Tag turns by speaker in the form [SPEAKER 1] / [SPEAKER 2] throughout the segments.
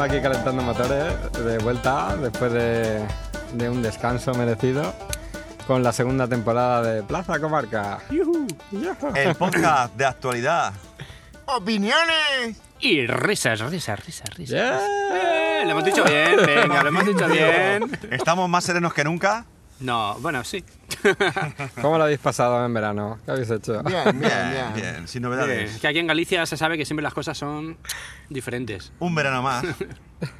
[SPEAKER 1] aquí calentando motores de vuelta después de, de un descanso merecido con la segunda temporada de Plaza Comarca. ¡Yujú! ¡Yahá!
[SPEAKER 2] El podcast de actualidad. ¡Opiniones!
[SPEAKER 3] Y risas, risas, risas, risas.
[SPEAKER 1] Yeah.
[SPEAKER 3] Eh, lo hemos dicho bien, venga, lo hemos dicho bien.
[SPEAKER 2] Estamos más serenos que nunca.
[SPEAKER 3] No, bueno, sí.
[SPEAKER 1] ¿Cómo lo habéis pasado en verano? ¿Qué habéis hecho?
[SPEAKER 4] Bien, bien, bien.
[SPEAKER 2] bien, sin novedades.
[SPEAKER 3] Eh, Que aquí en Galicia se sabe que siempre las cosas son diferentes.
[SPEAKER 2] Un verano más,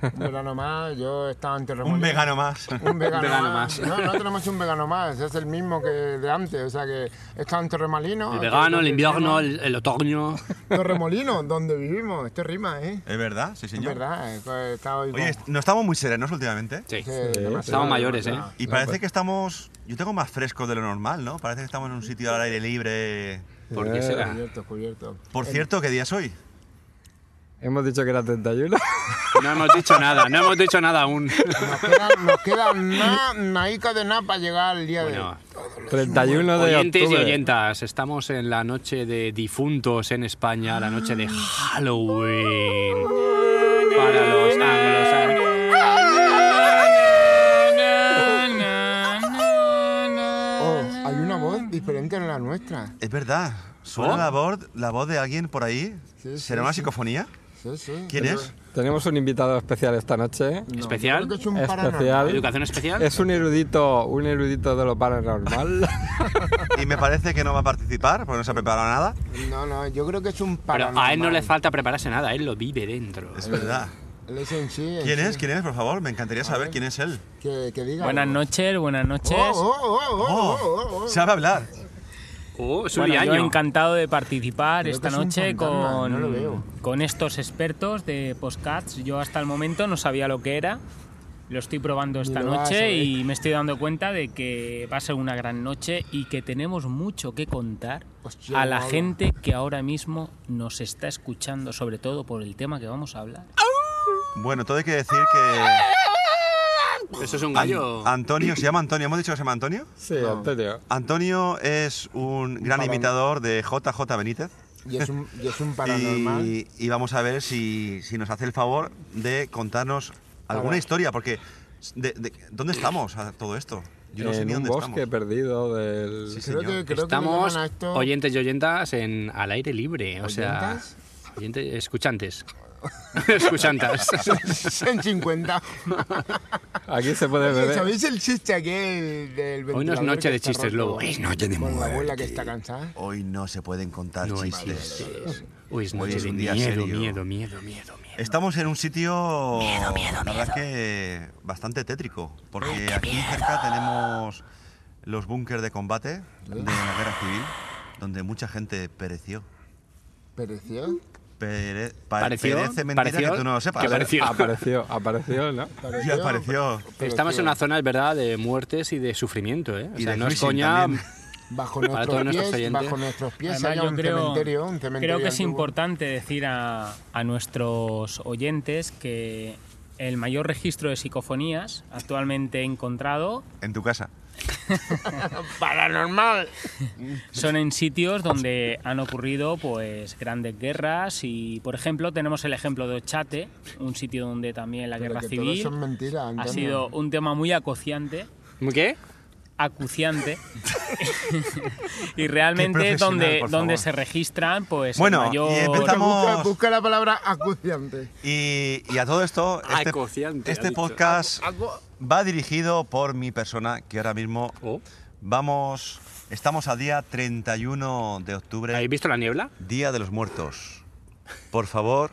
[SPEAKER 4] Un verano más, yo estaba en Terremolino.
[SPEAKER 2] un vegano más.
[SPEAKER 4] Un vegano,
[SPEAKER 3] Vegano
[SPEAKER 4] más.
[SPEAKER 3] más.
[SPEAKER 4] No, no tenemos un vegano más, es el mismo que de antes. O sea que está en Torremalino.
[SPEAKER 3] El vegano, el invierno, el, el otoño.
[SPEAKER 4] Torremolino, donde vivimos. Esto rima, ¿eh?
[SPEAKER 2] ¿Es verdad? Sí,
[SPEAKER 4] Es
[SPEAKER 2] señor.
[SPEAKER 4] verdad, eh, pues, está hoy.
[SPEAKER 2] Oye, est- no estamos muy serenos últimamente.
[SPEAKER 3] Sí.
[SPEAKER 1] estamos
[SPEAKER 3] mayores, ¿eh?
[SPEAKER 2] Y parece que estamos. Yo tengo más fresco de lo normal, ¿no? Parece que estamos en un sitio al aire libre.
[SPEAKER 3] ¿Por qué
[SPEAKER 1] Eh,
[SPEAKER 3] será?
[SPEAKER 4] Cubierto, cubierto.
[SPEAKER 2] Por cierto, ¿qué día es hoy?
[SPEAKER 1] Hemos dicho que era 31.
[SPEAKER 3] No hemos dicho nada, no hemos dicho nada aún.
[SPEAKER 4] Nos queda, nos queda na, naica de nada para llegar al día
[SPEAKER 3] Bueno,
[SPEAKER 1] 31 de
[SPEAKER 3] oyentes y
[SPEAKER 1] octubre.
[SPEAKER 3] oyentas, estamos en la noche de difuntos en España, la noche de Halloween. Para los anglos.
[SPEAKER 4] de. Oh, hay una voz diferente a la nuestra.
[SPEAKER 2] Es verdad. ¿Suena la, voz, la voz de alguien por ahí?
[SPEAKER 4] Sí, sí,
[SPEAKER 2] ¿Será una psicofonía?
[SPEAKER 4] Sí, sí.
[SPEAKER 2] ¿Quién
[SPEAKER 4] Pero-
[SPEAKER 2] es?
[SPEAKER 1] Tenemos un invitado especial esta noche.
[SPEAKER 4] No,
[SPEAKER 3] Especial.
[SPEAKER 4] yo creo que es un paranormal.
[SPEAKER 1] Especial.
[SPEAKER 3] ¿Educación especial?
[SPEAKER 1] Es un erudito, un erudito de lo paranormal.
[SPEAKER 2] Y me parece que no va a participar porque no se ha preparado nada.
[SPEAKER 4] No, no, yo creo que es un
[SPEAKER 3] Pero
[SPEAKER 4] paranormal.
[SPEAKER 3] a él no le falta prepararse nada, él lo vive dentro.
[SPEAKER 2] Es verdad.
[SPEAKER 4] Él es en sí, en
[SPEAKER 2] ¿Quién
[SPEAKER 4] sí.
[SPEAKER 2] es? ¿Quién es, por favor? Me encantaría saber quién es él.
[SPEAKER 4] Que, que diga.
[SPEAKER 5] Buenas
[SPEAKER 4] algo.
[SPEAKER 5] noches, buenas noches.
[SPEAKER 4] Oh, oh, oh, oh, oh, oh,
[SPEAKER 2] ¡Oh!
[SPEAKER 4] oh.
[SPEAKER 2] Sabe hablar.
[SPEAKER 3] Oh, es un
[SPEAKER 5] Bueno, yo
[SPEAKER 3] liaño.
[SPEAKER 5] encantado de participar
[SPEAKER 4] Creo
[SPEAKER 5] esta
[SPEAKER 4] que es un
[SPEAKER 5] noche
[SPEAKER 4] fantasma, no lo
[SPEAKER 5] con,
[SPEAKER 4] veo.
[SPEAKER 5] con estos expertos de Postcats. Yo hasta el momento no sabía lo que era. Lo estoy probando
[SPEAKER 4] Ni
[SPEAKER 5] esta
[SPEAKER 4] lo vas a ver.
[SPEAKER 5] noche y me estoy dando cuenta de que va a ser una gran noche y que tenemos mucho que contar
[SPEAKER 4] Hostia,
[SPEAKER 5] a la
[SPEAKER 4] Pablo.
[SPEAKER 5] gente que ahora mismo nos está escuchando, sobre todo por el tema que vamos a hablar.
[SPEAKER 2] Bueno, todo hay que decir que.
[SPEAKER 3] Eso es un gallo.
[SPEAKER 2] Antonio, ¿se llama Antonio? ¿Hemos dicho que se llama Antonio?
[SPEAKER 1] Sí, Antonio.
[SPEAKER 2] Antonio es un gran imitador de JJ Benítez.
[SPEAKER 4] Y es un, y es un paranormal.
[SPEAKER 2] Y, y vamos a ver si, si nos hace el favor de contarnos alguna historia, porque de- de- ¿dónde estamos a todo esto? Yo no sé
[SPEAKER 1] en
[SPEAKER 2] ni
[SPEAKER 1] un
[SPEAKER 2] dónde
[SPEAKER 1] bosque
[SPEAKER 2] estamos.
[SPEAKER 1] perdido del...
[SPEAKER 2] Sí, señor.
[SPEAKER 4] creo que, creo que le
[SPEAKER 3] Estamos
[SPEAKER 4] llaman a esto.
[SPEAKER 3] oyentes y oyentas en al aire libre, o sea,
[SPEAKER 4] ¿Oyentas?
[SPEAKER 3] oyentes, escuchantes. Escuchantas.
[SPEAKER 4] en 50.
[SPEAKER 1] Aquí se puede
[SPEAKER 4] Oye,
[SPEAKER 1] beber.
[SPEAKER 4] ¿Sabéis el chiste aquel del
[SPEAKER 3] Hoy no es
[SPEAKER 4] ventilador
[SPEAKER 3] noche
[SPEAKER 4] que
[SPEAKER 3] de
[SPEAKER 4] está
[SPEAKER 3] chistes,
[SPEAKER 4] roto?
[SPEAKER 3] lobo. Es noche de
[SPEAKER 4] Con la
[SPEAKER 3] muerte.
[SPEAKER 4] abuela que está cansada.
[SPEAKER 2] Hoy no se pueden contar
[SPEAKER 3] No
[SPEAKER 2] chistes.
[SPEAKER 3] existes. Hoy es
[SPEAKER 2] Hoy
[SPEAKER 3] noche
[SPEAKER 2] es
[SPEAKER 3] de
[SPEAKER 2] un día
[SPEAKER 3] miedo,
[SPEAKER 2] serio.
[SPEAKER 3] miedo, miedo, miedo, miedo.
[SPEAKER 2] Estamos en un sitio, la verdad es que bastante tétrico, porque aquí cerca tenemos los búnkers de combate de la guerra civil, donde mucha gente pereció.
[SPEAKER 4] Pereció.
[SPEAKER 2] Pere- pa-
[SPEAKER 3] Pareció-
[SPEAKER 2] Parece mentira
[SPEAKER 3] pareció
[SPEAKER 2] que tú no lo sepas.
[SPEAKER 3] que pareció.
[SPEAKER 1] Apareció, apareció, ¿no?
[SPEAKER 2] Ya apareció.
[SPEAKER 4] pero
[SPEAKER 3] Estamos
[SPEAKER 4] tío,
[SPEAKER 3] en una zona, es verdad, de muertes y de sufrimiento, ¿eh? O
[SPEAKER 2] Y
[SPEAKER 3] sea,
[SPEAKER 2] de
[SPEAKER 3] no es
[SPEAKER 2] cruising
[SPEAKER 3] coña.
[SPEAKER 2] también.
[SPEAKER 4] Bajo
[SPEAKER 3] Para
[SPEAKER 4] nuestros
[SPEAKER 3] todos nuestros
[SPEAKER 4] pies,
[SPEAKER 3] oyentes.
[SPEAKER 4] bajo nuestros pies
[SPEAKER 5] Además,
[SPEAKER 4] había
[SPEAKER 5] yo
[SPEAKER 4] un
[SPEAKER 5] creo,
[SPEAKER 4] cementerio, un cementerio
[SPEAKER 5] creo que es
[SPEAKER 4] antiguo.
[SPEAKER 5] importante decir a, a nuestros oyentes que el mayor registro de psicofonías actualmente encontrado
[SPEAKER 2] En tu casa.
[SPEAKER 4] Paranormal.
[SPEAKER 5] son en sitios donde han ocurrido pues grandes guerras y por ejemplo tenemos el ejemplo de Ochate, un sitio donde también la
[SPEAKER 4] Pero
[SPEAKER 5] guerra
[SPEAKER 4] que todo
[SPEAKER 5] civil
[SPEAKER 4] eso es mentira,
[SPEAKER 5] ha
[SPEAKER 4] Antonio.
[SPEAKER 5] sido un tema muy acociante
[SPEAKER 3] ¿Qué?
[SPEAKER 5] acuciante y
[SPEAKER 2] Qué
[SPEAKER 5] realmente
[SPEAKER 2] profesional,
[SPEAKER 5] donde,
[SPEAKER 2] por
[SPEAKER 5] donde
[SPEAKER 2] favor.
[SPEAKER 5] se registran pues el
[SPEAKER 2] Bueno, y
[SPEAKER 5] mayor-
[SPEAKER 2] empezamos-
[SPEAKER 4] Busca,
[SPEAKER 2] Estamos-
[SPEAKER 4] busca la palabra acuciante.
[SPEAKER 2] Y, y a todo esto, este,
[SPEAKER 3] Acociante, ha
[SPEAKER 2] este
[SPEAKER 3] dicho.
[SPEAKER 2] podcast
[SPEAKER 4] Acu-
[SPEAKER 2] va dirigido por mi persona, que ahora mismo
[SPEAKER 3] Oh.
[SPEAKER 2] vamos, estamos a día 31 de octubre.
[SPEAKER 3] ¿Habéis visto la niebla?
[SPEAKER 2] Día de los Muertos. Por favor,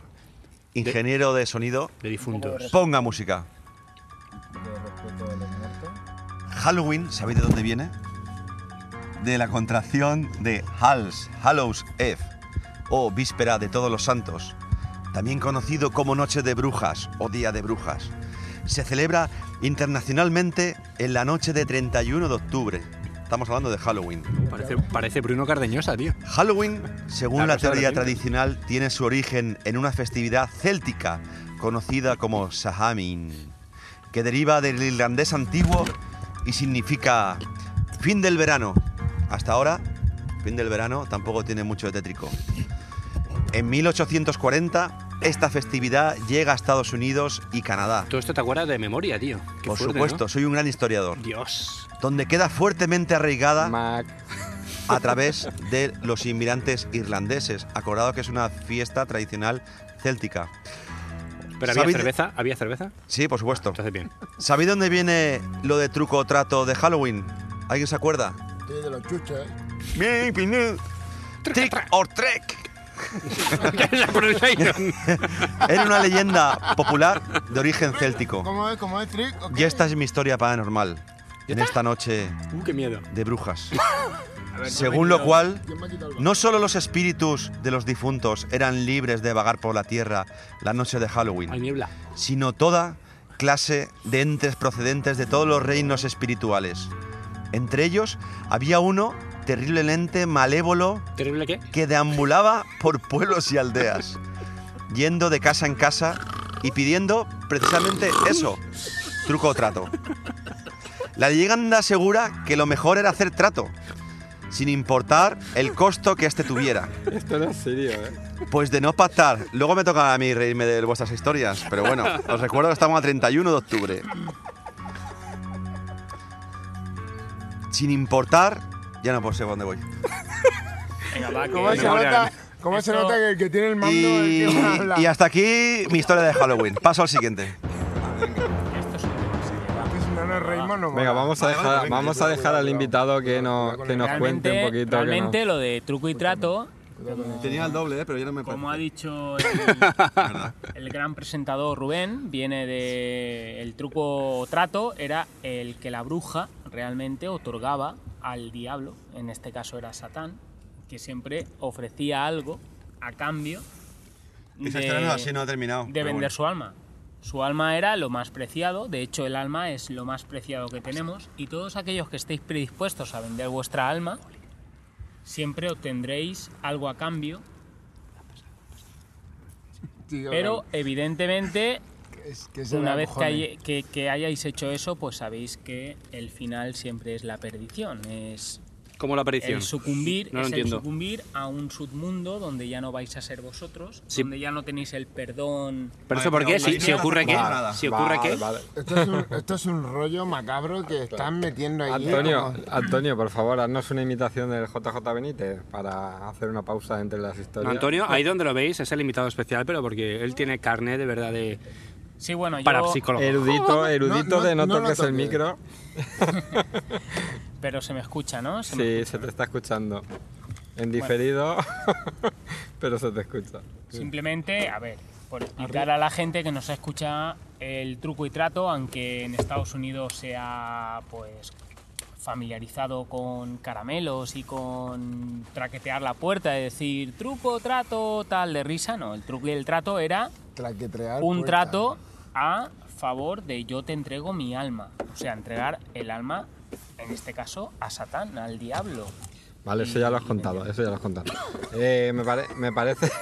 [SPEAKER 2] ingeniero de sonido,
[SPEAKER 3] De difuntos.
[SPEAKER 2] ponga música. Halloween, ¿sabéis de dónde viene? De la contracción de Halls, Hallows Eve, o Víspera de Todos los Santos, también conocido como Noche de Brujas o Día de Brujas. Se celebra internacionalmente en la noche de 31 de octubre. Estamos hablando de Halloween.
[SPEAKER 3] Parece, parece Bruno Cardeñosa, tío.
[SPEAKER 2] Halloween, según
[SPEAKER 3] Claro,
[SPEAKER 2] la
[SPEAKER 3] se lo
[SPEAKER 2] teoría
[SPEAKER 3] repito.
[SPEAKER 2] tradicional, tiene su origen en una festividad céltica conocida como Sahamin, que deriva del irlandés antiguo y significa fin del verano. Hasta ahora, fin del verano tampoco tiene mucho de tétrico. En 1840, Esta festividad llega a Estados Unidos y Canadá.
[SPEAKER 3] Todo esto te acuerdas de memoria, tío. Qué
[SPEAKER 2] Por
[SPEAKER 3] fuerte,
[SPEAKER 2] supuesto, soy un gran historiador.
[SPEAKER 3] ¿no? Dios.
[SPEAKER 2] Donde queda fuertemente arraigada
[SPEAKER 1] Mac.
[SPEAKER 2] a través de los inmigrantes irlandeses. Acordado que es una fiesta tradicional céltica.
[SPEAKER 3] ¿Pero había
[SPEAKER 2] ¿Sabéis-
[SPEAKER 3] cerveza? ¿Había cerveza?
[SPEAKER 2] Sí, por supuesto.
[SPEAKER 3] Entonces bien.
[SPEAKER 2] ¿Sabéis dónde viene lo de truco o trato de Halloween? ¿Alguien se acuerda?
[SPEAKER 4] Sí, de los chuches.
[SPEAKER 2] Bien, Pinel. Trick or trek.
[SPEAKER 3] La pronunciación.
[SPEAKER 2] Era una leyenda popular de origen céltico.
[SPEAKER 4] ¿Cómo es? ¿Cómo es trick? ¿O qué?
[SPEAKER 2] Y esta es mi historia paranormal. En esta noche
[SPEAKER 3] Uh, qué miedo.
[SPEAKER 2] de brujas. Según lo cual,
[SPEAKER 4] ¿Quién me ha quitado el
[SPEAKER 2] no solo los espíritus de los difuntos eran libres de vagar por la tierra la noche de
[SPEAKER 3] Hay
[SPEAKER 2] Halloween,
[SPEAKER 3] niebla.
[SPEAKER 2] sino toda clase de entes procedentes de todos los reinos espirituales. Entre ellos había uno terriblemente malévolo
[SPEAKER 3] ¿Terrible qué?
[SPEAKER 2] que deambulaba por pueblos y aldeas, yendo de casa en casa y pidiendo precisamente eso, truco o trato. La leyenda asegura que lo mejor era hacer trato, sin importar el costo que este tuviera.
[SPEAKER 1] Esto no es serio, ¿eh?
[SPEAKER 2] Pues de no pactar, luego me toca a mí reírme de vuestras historias, pero bueno, os recuerdo que estamos a 31 de octubre. Sin importar, ya no sé por dónde voy.
[SPEAKER 5] Venga, va,
[SPEAKER 4] ¿Cómo
[SPEAKER 5] que-
[SPEAKER 4] se
[SPEAKER 5] Memoria.
[SPEAKER 4] nota, cómo se
[SPEAKER 5] Esto-
[SPEAKER 4] nota que el que tiene el mando
[SPEAKER 2] Y,
[SPEAKER 4] es el que más habla?
[SPEAKER 2] y hasta aquí mi historia de Halloween. Paso al siguiente.
[SPEAKER 4] Porque si no nos reímos, no
[SPEAKER 1] Venga,
[SPEAKER 4] mola.
[SPEAKER 1] vamos a
[SPEAKER 2] Vale, vale,
[SPEAKER 1] dejar,
[SPEAKER 2] venga,
[SPEAKER 1] vamos a
[SPEAKER 4] cuidado,
[SPEAKER 1] dejar al
[SPEAKER 4] cuidado,
[SPEAKER 1] invitado que nos, que nos cuente un poquito. que
[SPEAKER 5] realmente
[SPEAKER 1] nos-
[SPEAKER 5] lo de truco y trato,
[SPEAKER 2] Tenía el doble, ¿eh? pero ya no me
[SPEAKER 5] como ha dicho el, el gran presentador Rubén, viene de el truco o trato era el que la bruja realmente otorgaba al diablo, en este caso era Satán, que siempre ofrecía algo a cambio
[SPEAKER 2] Esa
[SPEAKER 5] de-
[SPEAKER 2] historia no, así no ha
[SPEAKER 3] Ah,
[SPEAKER 2] terminado.
[SPEAKER 5] de
[SPEAKER 2] pero
[SPEAKER 5] vender
[SPEAKER 2] bueno.
[SPEAKER 5] su alma. Su alma era lo más preciado, de hecho el alma es lo más preciado que tenemos y todos aquellos que estéis predispuestos a vender vuestra alma, siempre obtendréis algo a cambio,
[SPEAKER 4] Sí, yo
[SPEAKER 5] pero evidentemente
[SPEAKER 4] creo que es- que se
[SPEAKER 5] una
[SPEAKER 4] la
[SPEAKER 5] vez que,
[SPEAKER 4] cojones.
[SPEAKER 3] ¿eh?
[SPEAKER 5] hay- que- que hayáis hecho eso, pues sabéis que el final siempre es la perdición, es
[SPEAKER 3] Como la aparición.
[SPEAKER 5] el sucumbir,
[SPEAKER 3] No lo
[SPEAKER 5] es el
[SPEAKER 3] entiendo.
[SPEAKER 5] sucumbir a un submundo donde ya no vais a ser vosotros,
[SPEAKER 3] Sí.
[SPEAKER 5] donde ya no tenéis el perdón
[SPEAKER 3] ¿Pero eso por qué? Si, si ocurre qué.
[SPEAKER 2] Vale,
[SPEAKER 3] Si ocurre
[SPEAKER 1] Vale,
[SPEAKER 3] qué.
[SPEAKER 1] vale.
[SPEAKER 4] Esto es, un, esto es un rollo macabro que están metiendo ahí.
[SPEAKER 1] Antonio,
[SPEAKER 4] como-
[SPEAKER 1] Antonio, por favor, haznos una imitación del JJ Benítez para hacer una pausa entre las historias.
[SPEAKER 3] Antonio, ahí donde lo veis, es el invitado especial, pero porque él tiene carne de verdad de
[SPEAKER 5] Sí, bueno, yo...
[SPEAKER 3] parapsicólogo.
[SPEAKER 1] Erudito, erudito
[SPEAKER 4] no-
[SPEAKER 1] de no,
[SPEAKER 4] no lo
[SPEAKER 1] toques el
[SPEAKER 4] toques.
[SPEAKER 1] micro.
[SPEAKER 5] Pero se me escucha, ¿no? Se me
[SPEAKER 1] Sí, se te está escuchando. En diferido, pero se te escucha.
[SPEAKER 5] Simplemente, a ver, por explicar a la gente que nos escucha el truco y trato, aunque en Estados Unidos sea pues familiarizado con caramelos y con traquetear la puerta, es decir, truco, trato, tal de risa, no, el truco y el trato era
[SPEAKER 4] traquetear
[SPEAKER 5] un
[SPEAKER 4] puertas.
[SPEAKER 5] trato a favor de yo te entrego mi alma, o sea, entregar el alma, en este caso, a Satán, al diablo.
[SPEAKER 1] Vale, eso ya lo has contado, eso ya lo has contado. Eh, me, pare- me parece...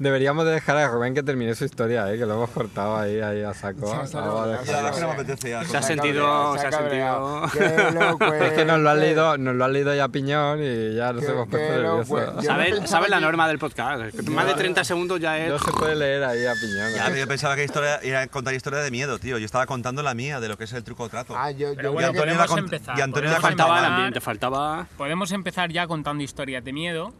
[SPEAKER 1] Deberíamos de dejar a Rubén que termine su historia, eh, que lo hemos cortado ahí, ahí a saco.
[SPEAKER 4] Ya, ya,
[SPEAKER 1] Vamos a
[SPEAKER 2] La
[SPEAKER 4] ya,
[SPEAKER 2] verdad
[SPEAKER 1] dejarlo.
[SPEAKER 2] es que no me apetece ya.
[SPEAKER 3] Se ha sentido. Se ha
[SPEAKER 4] cabreado,
[SPEAKER 3] sentido.
[SPEAKER 4] se ha cabreado. Qué este.
[SPEAKER 1] Es que nos lo han
[SPEAKER 4] elocuente.
[SPEAKER 1] leído, nos lo han leído ya piñón y ya nos
[SPEAKER 4] Pues, Que-
[SPEAKER 1] hemos
[SPEAKER 4] que pues,
[SPEAKER 1] puesto
[SPEAKER 4] lo
[SPEAKER 1] nerviosos.
[SPEAKER 4] fue- yo-
[SPEAKER 3] ¿Sabes
[SPEAKER 4] pensaba
[SPEAKER 3] sabes la
[SPEAKER 4] que-
[SPEAKER 3] norma del podcast? Es que Más de 30 segundos ya
[SPEAKER 1] No
[SPEAKER 3] es.
[SPEAKER 1] se puede leer ahí a piñón.
[SPEAKER 2] Ya,
[SPEAKER 1] ¿eh?
[SPEAKER 2] pero yo pensaba que historia, era contar historia de miedo, tío. Yo estaba contando la mía, de lo que es el truco o trato.
[SPEAKER 4] Ah, yo,
[SPEAKER 5] Pero
[SPEAKER 4] yo
[SPEAKER 5] bueno,
[SPEAKER 4] creo que-
[SPEAKER 2] Antonio
[SPEAKER 5] podemos
[SPEAKER 2] la cont-
[SPEAKER 5] empezar.
[SPEAKER 2] y Antonio
[SPEAKER 5] podemos
[SPEAKER 2] la
[SPEAKER 3] Faltaba el
[SPEAKER 2] contaba.
[SPEAKER 5] empezar.
[SPEAKER 3] ambiente, faltaba.
[SPEAKER 5] Podemos empezar ya contando historias de miedo.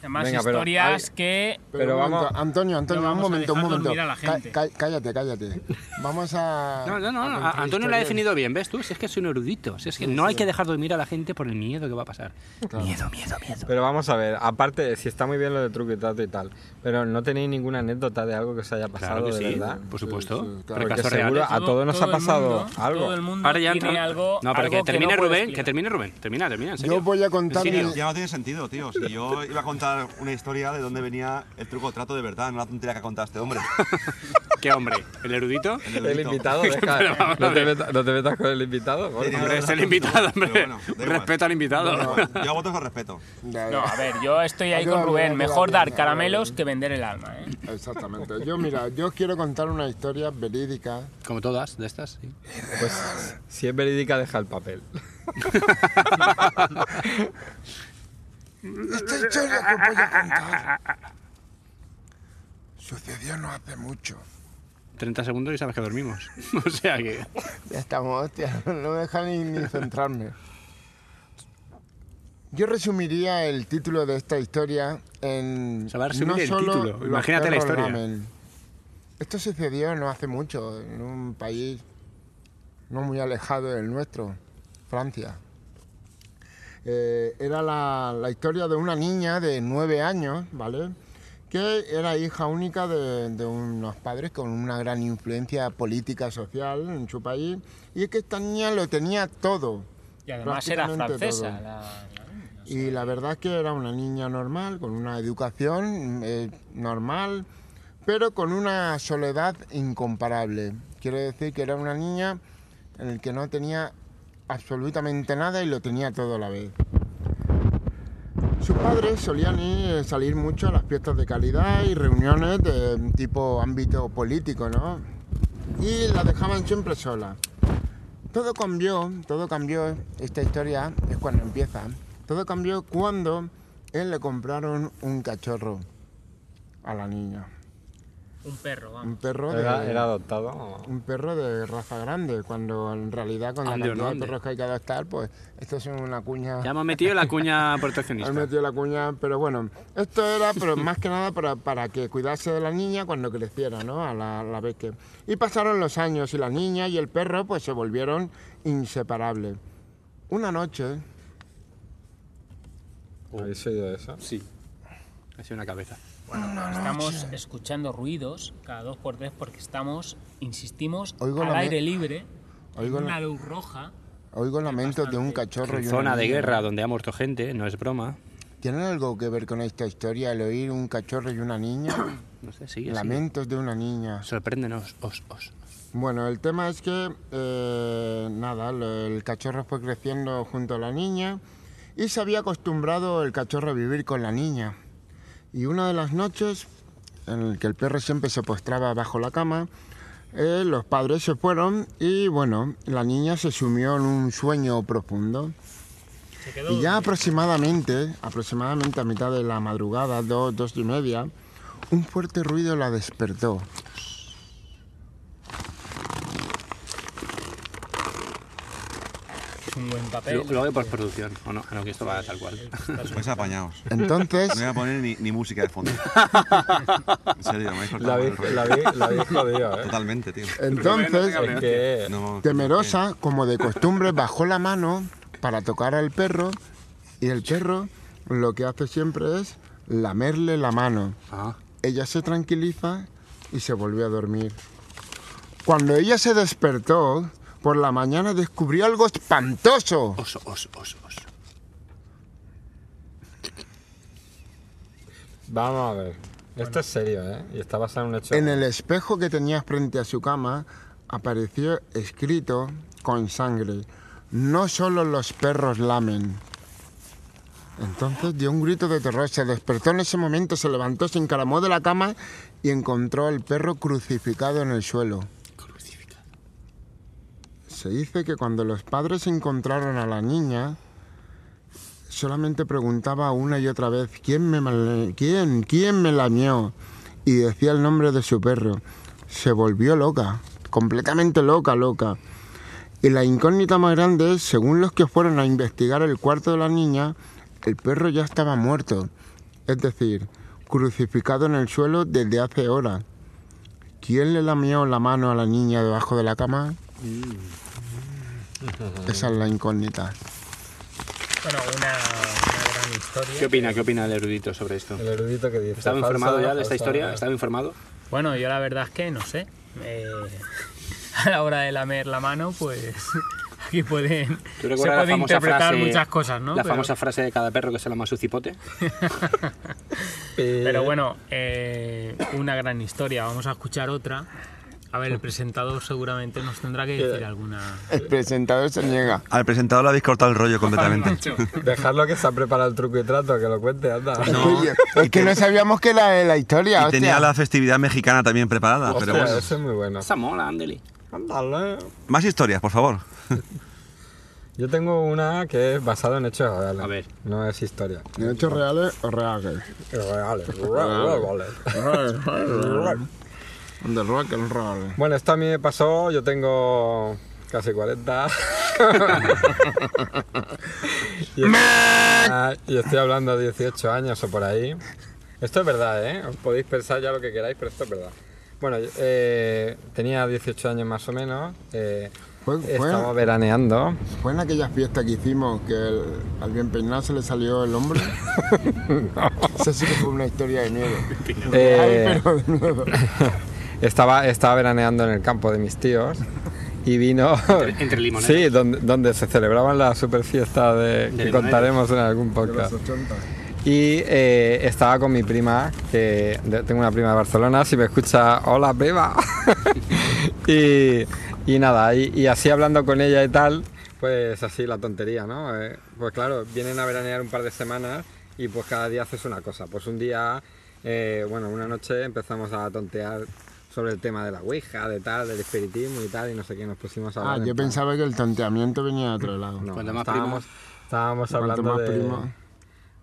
[SPEAKER 5] Además,
[SPEAKER 1] Venga, pero
[SPEAKER 5] historias
[SPEAKER 1] hay-
[SPEAKER 5] que.
[SPEAKER 4] Pero,
[SPEAKER 1] Pero
[SPEAKER 4] un
[SPEAKER 1] vamos-
[SPEAKER 4] momento, Antonio, Antonio,
[SPEAKER 5] No
[SPEAKER 4] un
[SPEAKER 5] vamos a
[SPEAKER 4] momento, un
[SPEAKER 5] dejar
[SPEAKER 4] momento.
[SPEAKER 5] dormir a la
[SPEAKER 4] Cá-
[SPEAKER 5] gente.
[SPEAKER 4] cá- cállate, cállate. Vamos a.
[SPEAKER 3] No, no, no, no,
[SPEAKER 4] a
[SPEAKER 3] a-
[SPEAKER 4] contar
[SPEAKER 3] Antonio lo ha
[SPEAKER 4] historias.
[SPEAKER 3] definido bien, ¿ves tú? Si es que soy un erudito, si es que no hay que dejar dormir a la gente por el miedo que va a pasar. Miedo, miedo, miedo.
[SPEAKER 1] Pero vamos a ver, aparte, si está muy bien lo de truco y trato y tal, pero no tenéis ninguna anécdota de algo que os haya pasado,
[SPEAKER 3] Claro que
[SPEAKER 1] de
[SPEAKER 3] sí, Pues,
[SPEAKER 1] verdad.
[SPEAKER 3] por supuesto.
[SPEAKER 4] Sí, sí, claro.
[SPEAKER 3] Pero
[SPEAKER 1] Porque
[SPEAKER 3] casos
[SPEAKER 1] seguro-
[SPEAKER 3] reales.
[SPEAKER 1] a
[SPEAKER 5] todo-
[SPEAKER 1] todos nos ha
[SPEAKER 5] el
[SPEAKER 1] pasado
[SPEAKER 5] mundo-
[SPEAKER 1] algo.
[SPEAKER 5] Todo el mundo
[SPEAKER 3] Ahora ya
[SPEAKER 5] tiene
[SPEAKER 3] entra-
[SPEAKER 5] algo.
[SPEAKER 3] No, pero
[SPEAKER 5] algo
[SPEAKER 3] que termine
[SPEAKER 5] no puede
[SPEAKER 3] Rubén, que
[SPEAKER 5] explicar.
[SPEAKER 3] termine Rubén. Termina, termina, en serio.
[SPEAKER 4] Yo voy a contar.
[SPEAKER 2] Sí, ya no tiene sentido, tío. Si yo iba a contar una historia de dónde venía el truco o trato de verdad, no la tontería que ha contado este hombre.
[SPEAKER 3] ¿Qué hombre? ¿El erudito?
[SPEAKER 1] El invitado, deja, no, te metas, no te metas con el invitado. por favor.
[SPEAKER 3] Hombre, es el invitado, hombre.
[SPEAKER 2] Pero bueno, da igual.
[SPEAKER 3] Respeto al invitado.
[SPEAKER 2] Da igual. Yo hago todo con respeto.
[SPEAKER 5] No, a ver, yo estoy ahí
[SPEAKER 4] Ayúdame,
[SPEAKER 5] con Rubén.
[SPEAKER 4] ayúdame,
[SPEAKER 5] Mejor dar
[SPEAKER 4] ayúdame.
[SPEAKER 5] caramelos que vender el alma, ¿eh?
[SPEAKER 4] Exactamente. Yo, mira, yo os quiero contar una historia verídica.
[SPEAKER 3] Como todas, de estas, sí.
[SPEAKER 1] Pues si es verídica, deja el papel.
[SPEAKER 4] Esta historia que os voy a contar Sucedió no hace mucho.
[SPEAKER 3] 30 segundos y sabes que dormimos. o sea que.
[SPEAKER 4] Ya estamos, hostia, no me deja ni, ni centrarme. Yo resumiría el título de esta historia en.
[SPEAKER 3] O sea, va a resumir
[SPEAKER 4] no
[SPEAKER 3] el
[SPEAKER 4] solo
[SPEAKER 3] título.
[SPEAKER 4] los
[SPEAKER 3] Imagínate la
[SPEAKER 4] perros
[SPEAKER 3] historia.
[SPEAKER 4] lamen. Esto sucedió no hace mucho, en un país no muy alejado del nuestro, Francia. Eh, era la, la historia de una niña de nueve años, ¿vale? Que era hija única de, de unos padres con una gran influencia política social en su país. Y es que esta niña lo tenía todo.
[SPEAKER 5] Y además era
[SPEAKER 4] prácticamente
[SPEAKER 5] francesa.
[SPEAKER 4] todo.
[SPEAKER 5] la- la-
[SPEAKER 4] Y la verdad es que era una niña normal, con una educación eh, normal, pero con una soledad incomparable. Quiero decir que era una niña en la que no tenía absolutamente nada y lo tenía todo a la vez. Sus padres solían ir- eh, salir mucho a las fiestas de calidad y reuniones de tipo ámbito político, ¿no? Y la dejaban siempre sola. Todo cambió, todo cambió, esta historia es cuando empieza. Todo cambió cuando él le compraron un cachorro a la niña.
[SPEAKER 5] un perro, vamos.
[SPEAKER 4] Un perro de,
[SPEAKER 1] Era, era adoptado. o-
[SPEAKER 4] un perro de raza grande, cuando en realidad con la
[SPEAKER 3] Ande o
[SPEAKER 4] cantidad
[SPEAKER 3] no
[SPEAKER 4] de
[SPEAKER 3] ande.
[SPEAKER 4] perros que hay que adoptar, pues esto es una cuña.
[SPEAKER 3] Ya hemos metido la cuña
[SPEAKER 4] Ahí
[SPEAKER 3] proteccionista.
[SPEAKER 4] metió la cuña, pero bueno, esto era pero más que nada para, para que cuidase de la niña cuando creciera, ¿no? A la, a la vez que... Y pasaron los años y la niña y el perro pues se volvieron inseparables. Una noche,
[SPEAKER 1] ¿Habéis oído eso?
[SPEAKER 3] Sí. Ha sido una cabeza.
[SPEAKER 5] Estamos escuchando ruidos cada dos por tres porque estamos, insistimos,
[SPEAKER 4] Oigo
[SPEAKER 5] al
[SPEAKER 4] la me-
[SPEAKER 5] aire libre,
[SPEAKER 4] Oigo
[SPEAKER 5] en
[SPEAKER 4] la-
[SPEAKER 5] una luz roja.
[SPEAKER 4] oigo lamentos de un cachorro y una
[SPEAKER 3] Zona de
[SPEAKER 4] niña.
[SPEAKER 3] guerra donde ha muerto gente, no es broma.
[SPEAKER 4] ¿Tiene algo que ver con esta historia el oír un cachorro y una niña?
[SPEAKER 3] No sé, sigue, sigue.
[SPEAKER 4] lamentos de una niña.
[SPEAKER 3] Sorpréndenos, os, os.
[SPEAKER 4] Bueno, el tema es que, eh, nada, lo- el cachorro fue creciendo junto a la niña y se había acostumbrado el cachorro a vivir con la niña. Y una de las noches en la que el perro siempre se postraba bajo la cama, eh, los padres se fueron y, bueno, la niña se sumió en un sueño profundo.
[SPEAKER 5] Se quedó
[SPEAKER 4] Y ya aproximadamente, aproximadamente a mitad de la madrugada, dos, dos y media, un fuerte ruido la despertó.
[SPEAKER 5] es un buen papel.
[SPEAKER 3] Lo, lo hago por producción. O no, ah, no, que esto va tal cual.
[SPEAKER 2] Pues apañados.
[SPEAKER 4] Entonces,
[SPEAKER 2] No voy a poner ni, ni música de fondo. En serio, me habéis cortado
[SPEAKER 1] La
[SPEAKER 2] por el
[SPEAKER 1] habéis la habéis-
[SPEAKER 2] rollo.
[SPEAKER 1] la habéis jodido, ¿eh?
[SPEAKER 2] Totalmente, tío.
[SPEAKER 4] entonces, este,
[SPEAKER 1] Es que
[SPEAKER 2] No,
[SPEAKER 4] Temerosa, como de costumbre, bajó la mano para tocar al perro y el perro lo que hace siempre es lamerle la mano.
[SPEAKER 3] Ah,
[SPEAKER 4] Ella se tranquiliza y se volvió a dormir. Cuando ella se despertó, por la mañana descubrió algo espantoso.
[SPEAKER 3] os, os, os, os.
[SPEAKER 1] Vamos a ver. Esto es serio, ¿eh? Y está basado en un hecho.
[SPEAKER 4] En el espejo que tenía frente a su cama apareció escrito con sangre, no solo los perros lamen. Entonces dio un grito de terror, se despertó en ese momento, se levantó, se encaramó de la cama y encontró al perro crucificado en el suelo. Se dice que cuando los padres encontraron a la niña, solamente preguntaba una y otra vez, ¿quién me, mal- quién, quién me lamió? Y decía el nombre de su perro. Se volvió loca, completamente loca, loca. Y la incógnita más grande es, según los que fueron a investigar el cuarto de la niña, el perro ya estaba muerto. Es decir, crucificado en el suelo desde hace horas. ¿Quién le lamió la mano a la niña debajo de la cama?
[SPEAKER 2] Mm.
[SPEAKER 4] Esa es la incógnita.
[SPEAKER 5] Bueno, una, una gran historia.
[SPEAKER 3] ¿Qué opina, qué opina el erudito sobre esto?
[SPEAKER 1] El erudito que dice.
[SPEAKER 3] ¿Estaba
[SPEAKER 1] falsa,
[SPEAKER 3] informado ya de esta
[SPEAKER 1] falsa,
[SPEAKER 3] historia? ¿Estaba informado?
[SPEAKER 5] Bueno, yo la verdad es que no sé. Eh, a la hora de lamer la mano, pues aquí
[SPEAKER 3] ¿Tú
[SPEAKER 5] pueden se
[SPEAKER 3] recuerdas la
[SPEAKER 5] puede
[SPEAKER 3] famosa
[SPEAKER 5] interpretar
[SPEAKER 3] frase-
[SPEAKER 5] muchas cosas, ¿no?
[SPEAKER 3] La
[SPEAKER 5] Pero-
[SPEAKER 3] famosa frase de cada perro que se llama su cipote.
[SPEAKER 1] Pi-
[SPEAKER 5] Pero bueno, eh, una gran historia. Vamos a escuchar otra. A ver, el presentador seguramente nos tendrá que decir alguna.
[SPEAKER 4] El presentador se niega.
[SPEAKER 2] Al presentador le habéis cortado el rollo completamente.
[SPEAKER 5] Macho,
[SPEAKER 1] Dejadlo que se ha preparado el truco y trato, que lo cuente, anda.
[SPEAKER 4] Oye, es que no sabíamos que era la historia.
[SPEAKER 2] Y
[SPEAKER 4] hostia.
[SPEAKER 2] tenía la festividad mexicana también preparada,
[SPEAKER 1] Hostia,
[SPEAKER 2] pero bueno.
[SPEAKER 1] eso es muy bueno.
[SPEAKER 3] Esa mola, Andeli.
[SPEAKER 1] Ándale.
[SPEAKER 2] Más historias, por favor.
[SPEAKER 1] Yo tengo una que es basada en hechos reales.
[SPEAKER 3] A ver.
[SPEAKER 1] No es historia.
[SPEAKER 4] ¿De hechos reales o reales?
[SPEAKER 1] Reales. reales.
[SPEAKER 4] De rock and roll.
[SPEAKER 1] Bueno, esto a mí me pasó, yo tengo casi 40. y, es- ah, y estoy hablando de 18 años o por ahí. Esto es verdad, ¿eh? Os podéis pensar ya lo que queráis, pero esto es verdad. Bueno, yo- eh, tenía 18 años más o menos. eh,
[SPEAKER 4] Fue, fue-
[SPEAKER 1] estaba veraneando.
[SPEAKER 4] fue en aquella fiesta que hicimos que el- al bien peinado se le salió el hombre. Esa sí que fue una historia de miedo.
[SPEAKER 1] Eh,
[SPEAKER 4] Ay, pero de miedo.
[SPEAKER 1] estaba, estaba veraneando en el campo de mis tíos y vino...
[SPEAKER 3] Entre- entre limoneros.
[SPEAKER 1] Sí, donde, donde se celebraban las super fiestas de, que
[SPEAKER 3] limoneros.
[SPEAKER 1] contaremos en algún
[SPEAKER 4] De
[SPEAKER 1] podcast.
[SPEAKER 4] los 80.
[SPEAKER 1] Y eh, estaba con mi prima, que de- tengo una prima de Barcelona, si me escucha, hola prima. y, y nada, y, y así hablando con ella y tal, pues así la tontería, ¿no? Eh, pues claro, vienen a veranear un par de semanas y pues cada día haces una cosa. Pues un día, eh, bueno, una noche empezamos a tontear sobre el tema de la Ouija, de tal, del espiritismo y tal, y no sé qué, nos pusimos a
[SPEAKER 4] Ah,
[SPEAKER 1] hablar. en
[SPEAKER 4] yo
[SPEAKER 1] plan-
[SPEAKER 4] pensaba que el tonteamiento venía de otro lado.
[SPEAKER 1] No,
[SPEAKER 3] Cuanto más
[SPEAKER 1] estábamos, estábamos
[SPEAKER 4] Cuanto
[SPEAKER 1] hablando
[SPEAKER 4] más
[SPEAKER 1] de
[SPEAKER 4] primo.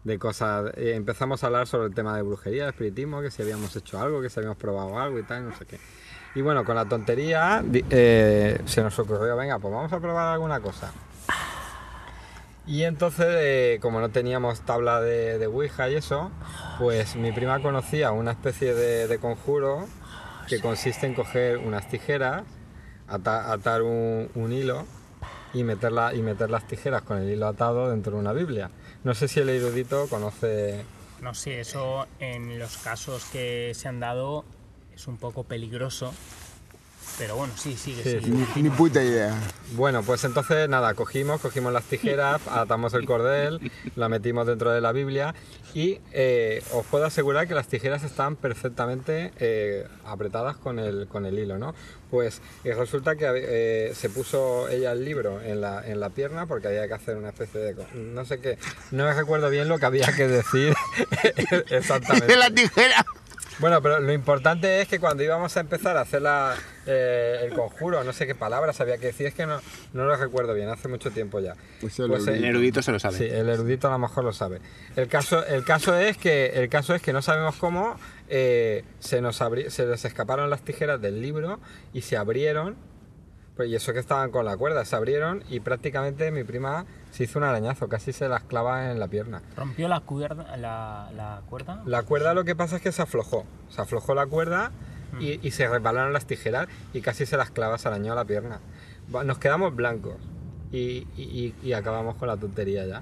[SPEAKER 1] de cosas. eh, empezamos a hablar sobre el tema de brujería, de espiritismo, que si habíamos hecho algo, que si habíamos probado algo y tal, no sé qué. Y bueno, con la tontería di- eh, se nos ocurrió, venga, pues vamos a probar alguna cosa. Y entonces, eh, como no teníamos tabla de, de Ouija y eso, pues mi prima conocía una especie de, de conjuro que consiste en coger unas tijeras, ata- atar un, un hilo y meter, la- y meter las tijeras con el hilo atado dentro de una Biblia. No sé si el erudito conoce...
[SPEAKER 5] No sé, eso en los casos que se han dado es un poco peligroso. Pero bueno, sí, sigue,
[SPEAKER 1] Sí,
[SPEAKER 5] sí,
[SPEAKER 1] sí.
[SPEAKER 4] Ni, ni puta idea.
[SPEAKER 1] Bueno, pues entonces nada, cogimos, cogimos las tijeras, atamos el cordel, la metimos dentro de la Biblia y eh, os puedo asegurar que las tijeras están perfectamente eh, apretadas con el, con el hilo, ¿no? Pues eh, resulta que eh, se puso ella el libro en la, en la pierna porque había que hacer una especie de... co- No sé qué, no recuerdo bien lo que había que decir exactamente.
[SPEAKER 4] De la tijera.
[SPEAKER 1] Bueno, pero lo importante es que cuando íbamos a empezar a hacer la, eh, el conjuro, no sé qué palabras había que decir, es que no, no lo recuerdo bien, hace mucho tiempo ya.
[SPEAKER 4] Pues el
[SPEAKER 1] eh,
[SPEAKER 3] El erudito se lo sabe.
[SPEAKER 1] Sí, el erudito a lo mejor lo sabe. El caso, el caso, es, que, el caso es que no sabemos cómo eh, se nos abri- se les escaparon las tijeras del libro y se abrieron. Pues, y eso que estaban con la cuerda, se abrieron y prácticamente mi prima se hizo un arañazo, casi se las clava en la pierna.
[SPEAKER 5] ¿Rompió la cuerda? La, la cuerda?
[SPEAKER 1] La cuerda lo que pasa es que se aflojó. Se aflojó la cuerda y, y se resbalaron las tijeras y casi se las clavas arañó la pierna. Va- Nos quedamos blancos y, y- y- y acabamos con la tontería ya.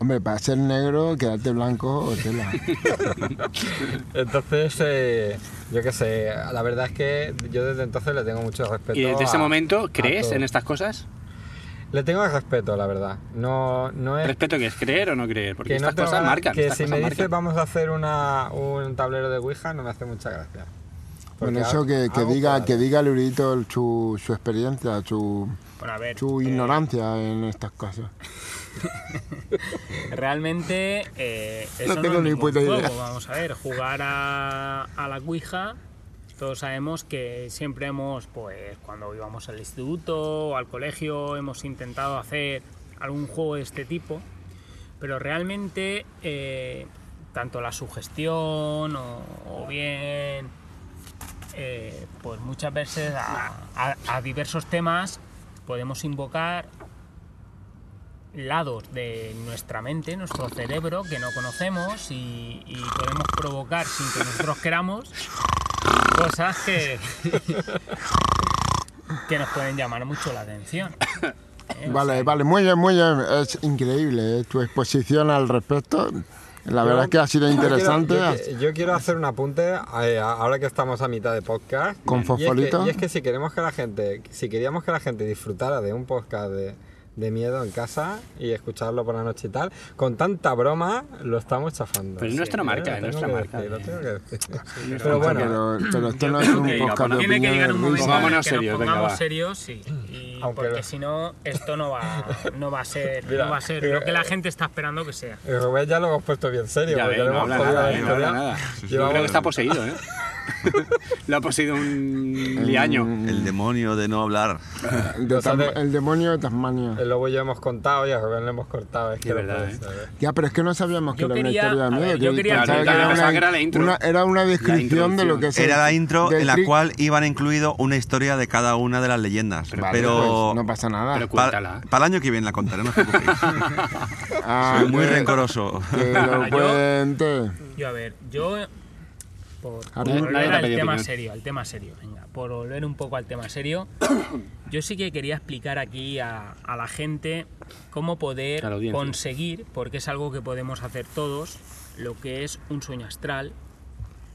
[SPEAKER 4] Hombre, para ser negro, quedarte blanco o tela.
[SPEAKER 1] Entonces, eh, yo qué sé, la verdad es que yo desde entonces le tengo mucho respeto.
[SPEAKER 3] ¿Y desde ese
[SPEAKER 1] a-
[SPEAKER 3] momento
[SPEAKER 1] a
[SPEAKER 3] crees
[SPEAKER 1] todo.
[SPEAKER 3] en estas cosas?
[SPEAKER 1] Le tengo respeto, la verdad. No, no es
[SPEAKER 3] ¿Respeto que es creer o no creer? Porque
[SPEAKER 1] que no
[SPEAKER 3] estas
[SPEAKER 1] tengo
[SPEAKER 3] cosas
[SPEAKER 1] ganas-
[SPEAKER 3] marcan.
[SPEAKER 1] Que
[SPEAKER 3] estas
[SPEAKER 1] si
[SPEAKER 3] cosas
[SPEAKER 1] me dices
[SPEAKER 3] marcan.
[SPEAKER 1] vamos a hacer una, un tablero de Ouija, no me hace mucha gracia.
[SPEAKER 4] Bueno,
[SPEAKER 1] Porque
[SPEAKER 4] eso que,
[SPEAKER 1] hago-
[SPEAKER 4] que
[SPEAKER 1] hago
[SPEAKER 4] diga,
[SPEAKER 1] cosas.
[SPEAKER 4] que diga el erudito el- su, su experiencia, su,
[SPEAKER 5] Bueno, a ver.
[SPEAKER 4] su
[SPEAKER 5] eh,
[SPEAKER 4] ignorancia en estas cosas.
[SPEAKER 5] Realmente, eh, eso
[SPEAKER 4] tengo
[SPEAKER 5] es
[SPEAKER 4] ni
[SPEAKER 5] ningún
[SPEAKER 4] puta
[SPEAKER 5] juego,
[SPEAKER 4] idea.
[SPEAKER 5] Vamos a ver, jugar a, a la Ouija, todos sabemos que siempre hemos, pues, cuando íbamos al instituto o al colegio, hemos intentado hacer algún juego de este tipo, pero realmente, eh, tanto la sugestión o, o bien, eh, pues muchas veces a- a- a diversos temas podemos invocar lados de nuestra mente, nuestro cerebro, que no conocemos y, y podemos provocar sin que nosotros queramos cosas que, que nos pueden llamar mucho la atención. ¿eh? O
[SPEAKER 4] Vale, vale, muy bien, muy bien. Es increíble eh, tu exposición al respecto. La verdad es que ha sido
[SPEAKER 1] Yo quiero-
[SPEAKER 4] interesante. Ah,
[SPEAKER 1] Yo qui- yo quiero, hacer un apunte eh, ahora que estamos a mitad de podcast.
[SPEAKER 4] ¿Con
[SPEAKER 1] Y es que- Y
[SPEAKER 4] fosforito?
[SPEAKER 1] es, que, si queremos que la gente, si queríamos que la gente disfrutara de un podcast de, de miedo en casa y escucharlo por la noche y tal, con tanta broma lo estamos chafando.
[SPEAKER 3] Pero es nuestra
[SPEAKER 1] ¿eh?
[SPEAKER 3] marca,
[SPEAKER 1] Lo
[SPEAKER 3] es
[SPEAKER 1] tengo
[SPEAKER 3] nuestra
[SPEAKER 1] que
[SPEAKER 3] marca.
[SPEAKER 1] decir, lo tengo que decir.
[SPEAKER 3] nuestra
[SPEAKER 1] Pero bueno,
[SPEAKER 4] pero, pero esto no es un
[SPEAKER 3] que
[SPEAKER 4] podcast de
[SPEAKER 3] ponga-
[SPEAKER 5] Tiene que
[SPEAKER 4] opinión,
[SPEAKER 5] llegar un
[SPEAKER 4] de
[SPEAKER 5] momento
[SPEAKER 4] risa.
[SPEAKER 5] en el
[SPEAKER 3] Vámonos
[SPEAKER 5] que nos
[SPEAKER 3] serios, venga,
[SPEAKER 5] pongamos
[SPEAKER 3] va.
[SPEAKER 5] serios, sí. Y
[SPEAKER 1] Aunque
[SPEAKER 5] porque
[SPEAKER 1] lo-
[SPEAKER 5] si no, esto no va, no va a ser,
[SPEAKER 1] Mira,
[SPEAKER 5] no va a ser
[SPEAKER 1] mira,
[SPEAKER 5] lo que la
[SPEAKER 1] eh,
[SPEAKER 5] gente está esperando que sea.
[SPEAKER 1] Eh, Rubén ya lo hemos puesto bien serio.
[SPEAKER 3] Ya
[SPEAKER 1] porque
[SPEAKER 3] ves,
[SPEAKER 1] le
[SPEAKER 3] no
[SPEAKER 1] hemos
[SPEAKER 3] habla
[SPEAKER 1] jodido
[SPEAKER 3] nada,
[SPEAKER 1] la
[SPEAKER 3] eh, no habla
[SPEAKER 1] historia.
[SPEAKER 3] nada. Yo
[SPEAKER 1] Llevamos-
[SPEAKER 3] creo que está poseído, ¿eh? Lo ha poseído un liaño.
[SPEAKER 2] El demonio de no hablar.
[SPEAKER 4] De
[SPEAKER 1] O sea,
[SPEAKER 4] Tam-
[SPEAKER 1] de- Eh,
[SPEAKER 4] El demonio de Tasmania.
[SPEAKER 1] El lobo ya hemos contado, ya Rubén lo hemos cortado. Es que
[SPEAKER 3] Es
[SPEAKER 1] no
[SPEAKER 3] verdad,
[SPEAKER 1] puede
[SPEAKER 3] ¿eh?
[SPEAKER 1] ser, ¿eh?
[SPEAKER 4] Ya, pero es que no sabíamos que
[SPEAKER 5] Yo
[SPEAKER 4] era una
[SPEAKER 5] quería-
[SPEAKER 4] historia de
[SPEAKER 5] a
[SPEAKER 4] miedo.
[SPEAKER 5] ver, yo
[SPEAKER 4] que
[SPEAKER 5] quería-
[SPEAKER 4] pensaba
[SPEAKER 5] Claro,
[SPEAKER 4] que
[SPEAKER 5] claro,
[SPEAKER 4] era,
[SPEAKER 5] pensaba
[SPEAKER 4] una,
[SPEAKER 3] que era la intro.
[SPEAKER 4] una- era una descripción de lo que es
[SPEAKER 2] Era la
[SPEAKER 4] el-
[SPEAKER 2] intro
[SPEAKER 4] del
[SPEAKER 2] en la
[SPEAKER 4] tri-
[SPEAKER 2] cual iban incluido una historia de cada una de las leyendas. Pero,
[SPEAKER 4] Vale, pues, no pasa nada.
[SPEAKER 3] Pero
[SPEAKER 2] pa-
[SPEAKER 3] cuéntala.
[SPEAKER 2] para el año que viene la contaré, no os preocupéis.
[SPEAKER 4] Ah,
[SPEAKER 2] Soy muy
[SPEAKER 4] que-
[SPEAKER 2] rencoroso.
[SPEAKER 4] Que lo
[SPEAKER 5] Yo-
[SPEAKER 4] cuente.
[SPEAKER 5] Mm. Yo, a ver, yo. Por
[SPEAKER 4] Arnau,
[SPEAKER 5] volver
[SPEAKER 4] nadie te ha
[SPEAKER 5] al
[SPEAKER 4] pedido
[SPEAKER 5] tema
[SPEAKER 4] opinión.
[SPEAKER 5] serio, al tema serio, venga. Por volver un poco al tema serio, yo sí que quería explicar aquí a, a la gente cómo poder
[SPEAKER 3] A la audiencia.
[SPEAKER 5] conseguir, porque es algo que podemos hacer todos, lo que es un sueño astral,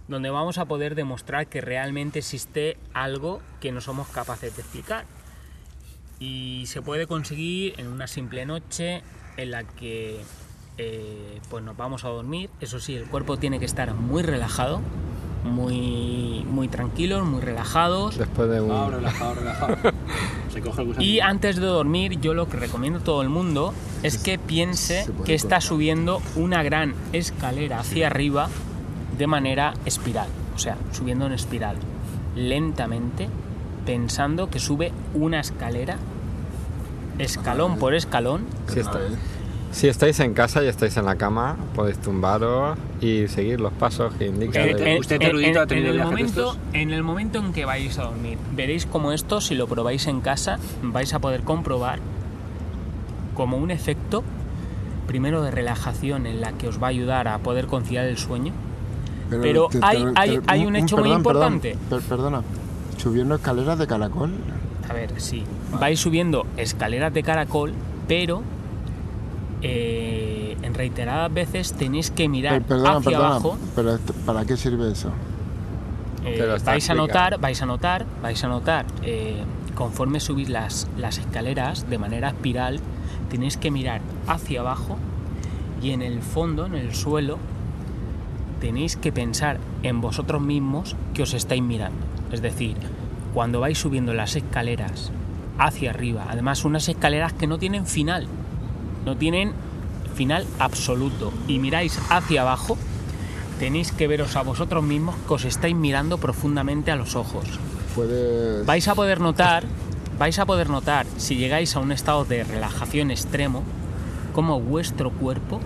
[SPEAKER 5] donde vamos a poder demostrar que realmente existe algo que no somos capaces de explicar. Y se puede conseguir en una simple noche en la que eh, pues nos vamos a dormir. Eso sí, el cuerpo tiene que estar muy relajado, muy, muy tranquilos, muy relajados.
[SPEAKER 1] Después de un...
[SPEAKER 3] relajado, relajado. Se coge el
[SPEAKER 5] Y antes de dormir, yo lo que recomiendo a todo el mundo es que piense
[SPEAKER 4] se puede
[SPEAKER 5] que está subiendo una gran escalera hacia arriba de manera espiral, o sea, subiendo en espiral, lentamente, pensando que sube una escalera, escalón por escalón,
[SPEAKER 1] Si, está-
[SPEAKER 3] ¿eh?
[SPEAKER 1] si estáis en casa y estáis en la cama, podéis tumbaros y seguir los pasos que indica.
[SPEAKER 5] Eh,
[SPEAKER 3] Usted-
[SPEAKER 1] el-
[SPEAKER 3] usted, erudito, ha tenido
[SPEAKER 5] el
[SPEAKER 3] viajes de
[SPEAKER 5] momento,
[SPEAKER 3] estos?
[SPEAKER 5] en el momento en que vais a dormir, veréis como esto, si lo probáis en casa, vais a poder comprobar como un efecto, primero de relajación en la que os va a ayudar a poder conciliar el sueño. Pero hay- hay- hay un hecho muy importante.
[SPEAKER 4] per- perdona, subiendo escaleras de caracol.
[SPEAKER 5] A ver, sí, vais subiendo escaleras de caracol, pero eh, en reiteradas veces tenéis que mirar
[SPEAKER 4] Per- perdona,
[SPEAKER 5] hacia
[SPEAKER 4] perdona.
[SPEAKER 5] abajo
[SPEAKER 4] Pero esto- ¿para qué sirve eso?
[SPEAKER 5] Eh,
[SPEAKER 1] Te lo está
[SPEAKER 5] vais a
[SPEAKER 1] explicando.
[SPEAKER 5] notar, vais a notar, vais a notar, eh, conforme subís las, las escaleras de manera espiral, tenéis que mirar hacia abajo y en el fondo, en el suelo, tenéis que pensar en vosotros mismos que os estáis mirando. Es decir, cuando vais subiendo las escaleras hacia arriba, además unas escaleras que no tienen final, no tienen final absoluto, y miráis hacia abajo, tenéis que veros a vosotros mismos que os estáis mirando profundamente a los ojos.
[SPEAKER 4] Puedes.
[SPEAKER 5] Vais a poder notar, vais a poder notar si llegáis a un estado de relajación extremo, cómo vuestro cuerpo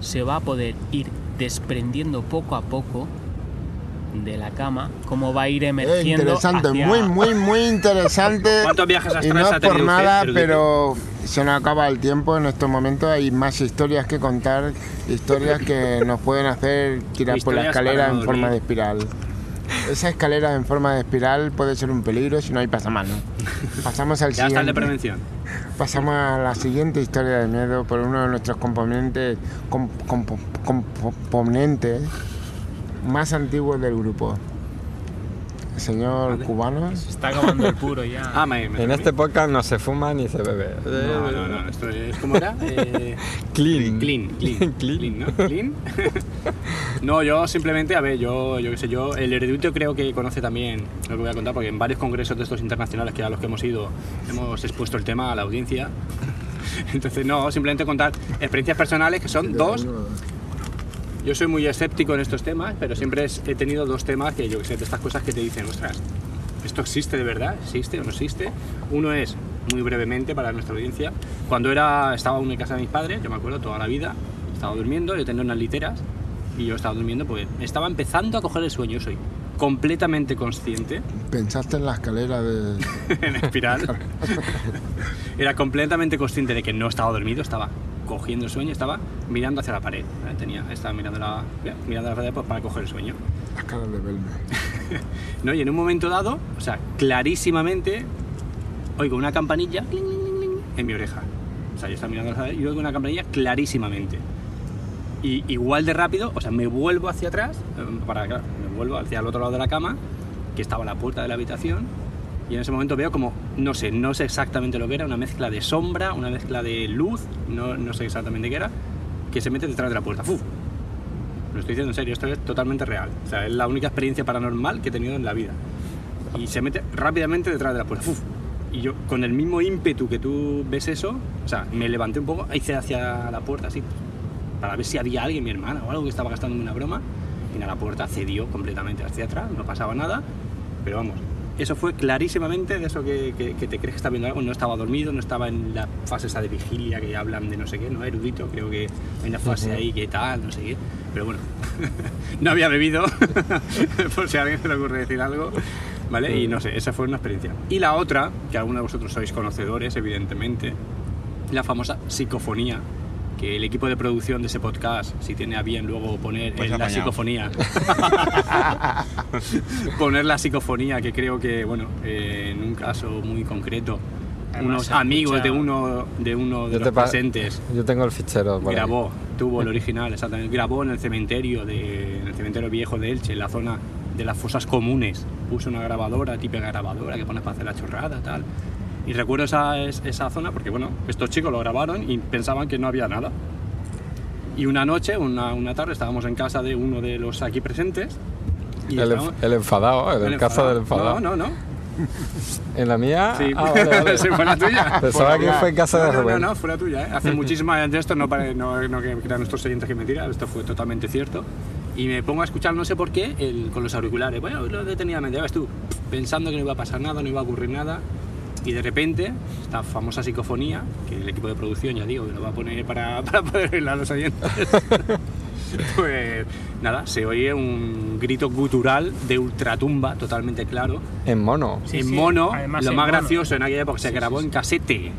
[SPEAKER 5] se va a poder ir desprendiendo poco a poco de la cama, cómo va a ir
[SPEAKER 4] Eh,
[SPEAKER 5] emergiendo.
[SPEAKER 4] interesante,
[SPEAKER 5] hacia-
[SPEAKER 4] muy, muy, muy interesante.
[SPEAKER 3] ¿Cuántos viajes
[SPEAKER 4] Y
[SPEAKER 3] astrales
[SPEAKER 4] no
[SPEAKER 3] ha
[SPEAKER 4] es
[SPEAKER 3] tenido
[SPEAKER 4] por
[SPEAKER 3] usted,
[SPEAKER 4] nada,
[SPEAKER 3] erudito?
[SPEAKER 4] pero se nos acaba el tiempo en estos momentos. Hay más historias que contar, historias que nos pueden hacer tirar por la
[SPEAKER 3] Historias
[SPEAKER 4] escalera
[SPEAKER 3] para
[SPEAKER 4] en
[SPEAKER 3] dormir.
[SPEAKER 4] forma de espiral. Esa escalera en forma de espiral puede ser un peligro si no hay pasamano. Pasamos al
[SPEAKER 3] Ya está el de
[SPEAKER 4] siguiente.
[SPEAKER 3] prevención.
[SPEAKER 4] Pasamos a la siguiente historia de miedo por uno de nuestros componentes com- com- com- componentes más antiguos del grupo. Señor cubano.
[SPEAKER 5] Se está acabando el puro ya.
[SPEAKER 3] Ah, me, me-
[SPEAKER 1] En este podcast no se fuma ni se bebe.
[SPEAKER 3] No, no, no. Esto es como era. Eh,
[SPEAKER 1] Clean.
[SPEAKER 3] Clean, clean,
[SPEAKER 1] Clean.
[SPEAKER 3] clean, ¿no? Clean. no, yo simplemente, a ver, yo, yo qué sé, yo, el erudito creo que conoce también lo que voy a contar, porque en varios congresos de estos internacionales que a los que hemos ido hemos expuesto el tema a la audiencia. Entonces, no, simplemente contar experiencias personales que son dos. Yo soy muy escéptico en estos temas, pero siempre es- he tenido dos temas que yo qué sé, de estas cosas que te dicen, ostras, ¿esto existe de verdad? ¿Existe o no existe? Uno es, muy brevemente para nuestra audiencia, cuando era, estaba aún en casa de mis padres, yo me acuerdo toda la vida, estaba durmiendo, yo tenía unas literas y yo estaba durmiendo porque estaba empezando a coger el sueño, yo soy completamente consciente
[SPEAKER 4] Pensaste en la escalera de.
[SPEAKER 3] en espiral. Era completamente consciente de que no estaba dormido, estaba cogiendo el sueño, estaba mirando hacia la pared. ¿vale? Tenía, estaba mirando la, mirando la pared pues, para coger el sueño.
[SPEAKER 4] Las caras de Belme.
[SPEAKER 3] ¿no? Y en un momento dado, o sea, clarísimamente, oigo una campanilla cling, cling, cling, en mi oreja. O sea, yo estaba mirando la y oigo una campanilla clarísimamente. Y igual de rápido, o sea, me vuelvo hacia atrás, eh, para claro, me vuelvo hacia el otro lado de la cama, que estaba la puerta de la habitación, y en ese momento veo como, no sé, no sé exactamente lo que era, una mezcla de sombra, una mezcla de luz, no, no sé exactamente qué era, que se mete detrás de la puerta. ¡Fu! Lo estoy diciendo en serio, esto es totalmente real. O sea, es la única experiencia paranormal que he tenido en la vida. Y se mete rápidamente detrás de la puerta. ¡Fuf! Y yo, con el mismo ímpetu que tú ves eso, o sea, me levanté un poco, hice hacia la puerta así, para ver si había alguien, mi hermana o algo, que estaba gastándome una broma. y nada, la puerta cedió completamente hacia atrás, no pasaba nada, pero vamos, eso fue clarísimamente de eso que, que- que te crees que está viendo algo, no estaba dormido, no estaba en la fase esa de vigilia que hablan de no sé qué, no erudito, creo que hay una fase ahí que tal, no sé qué, pero bueno, no había bebido, por si a alguien se le ocurre decir algo, ¿vale? Y no sé, esa fue una experiencia. Y la otra, que alguno de vosotros sois conocedores, evidentemente, la famosa psicofonía, que el equipo de producción de ese podcast, si tiene a bien luego poner
[SPEAKER 2] Pues
[SPEAKER 3] en la
[SPEAKER 2] apañado.
[SPEAKER 3] psicofonía, poner la psicofonía, que creo que, bueno, eh, en un caso muy concreto,
[SPEAKER 5] Además,
[SPEAKER 3] unos
[SPEAKER 5] se escucha-
[SPEAKER 3] amigos de uno de, uno de
[SPEAKER 1] Yo te
[SPEAKER 3] los
[SPEAKER 1] pa-
[SPEAKER 3] presentes
[SPEAKER 1] Yo tengo el fichero. por ahí.
[SPEAKER 3] grabó, tuvo el original, exactamente, grabó en el cementerio de, en el cementerio viejo de Elche, en la zona de las fosas comunes, puso una grabadora, típica grabadora que pones para hacer la chorrada, tal. Y recuerdo esa, es- esa zona porque, bueno, estos chicos lo grabaron y pensaban que no había nada. Y una noche, una, una tarde, estábamos en casa de uno de los aquí presentes. Y
[SPEAKER 1] El,
[SPEAKER 3] estábamos-
[SPEAKER 1] enf- el enfadado, el,
[SPEAKER 3] el
[SPEAKER 1] en casa del enfadado.
[SPEAKER 3] No, no, no.
[SPEAKER 1] En la mía.
[SPEAKER 3] Sí,
[SPEAKER 1] Ah, vale, vale.
[SPEAKER 3] Sí, fue la tuya.
[SPEAKER 1] Pensaba que fue en casa de
[SPEAKER 3] No, no,
[SPEAKER 1] Rubén.
[SPEAKER 3] no, fuera tuya, ¿eh? Hace muchísimas de esto, no, para, no, no que crean nuestros oyentes que mentira, esto fue totalmente cierto. Y me pongo a escuchar, no sé por qué, el, con los auriculares. Bueno, lo detenidamente, ya ves tú, pensando que no iba a pasar nada, no iba a ocurrir nada. Y de repente, esta famosa psicofonía, que el equipo de producción, ya digo, que lo va a poner para, para poder oírla a los oyentes. pues nada, se oye un grito gutural de ultratumba, totalmente claro
[SPEAKER 1] En mono.
[SPEAKER 5] Sí,
[SPEAKER 3] en
[SPEAKER 5] sí,
[SPEAKER 3] mono,
[SPEAKER 5] además
[SPEAKER 3] lo
[SPEAKER 5] en
[SPEAKER 3] más
[SPEAKER 5] mono.
[SPEAKER 3] gracioso en aquella época, se grabó en casete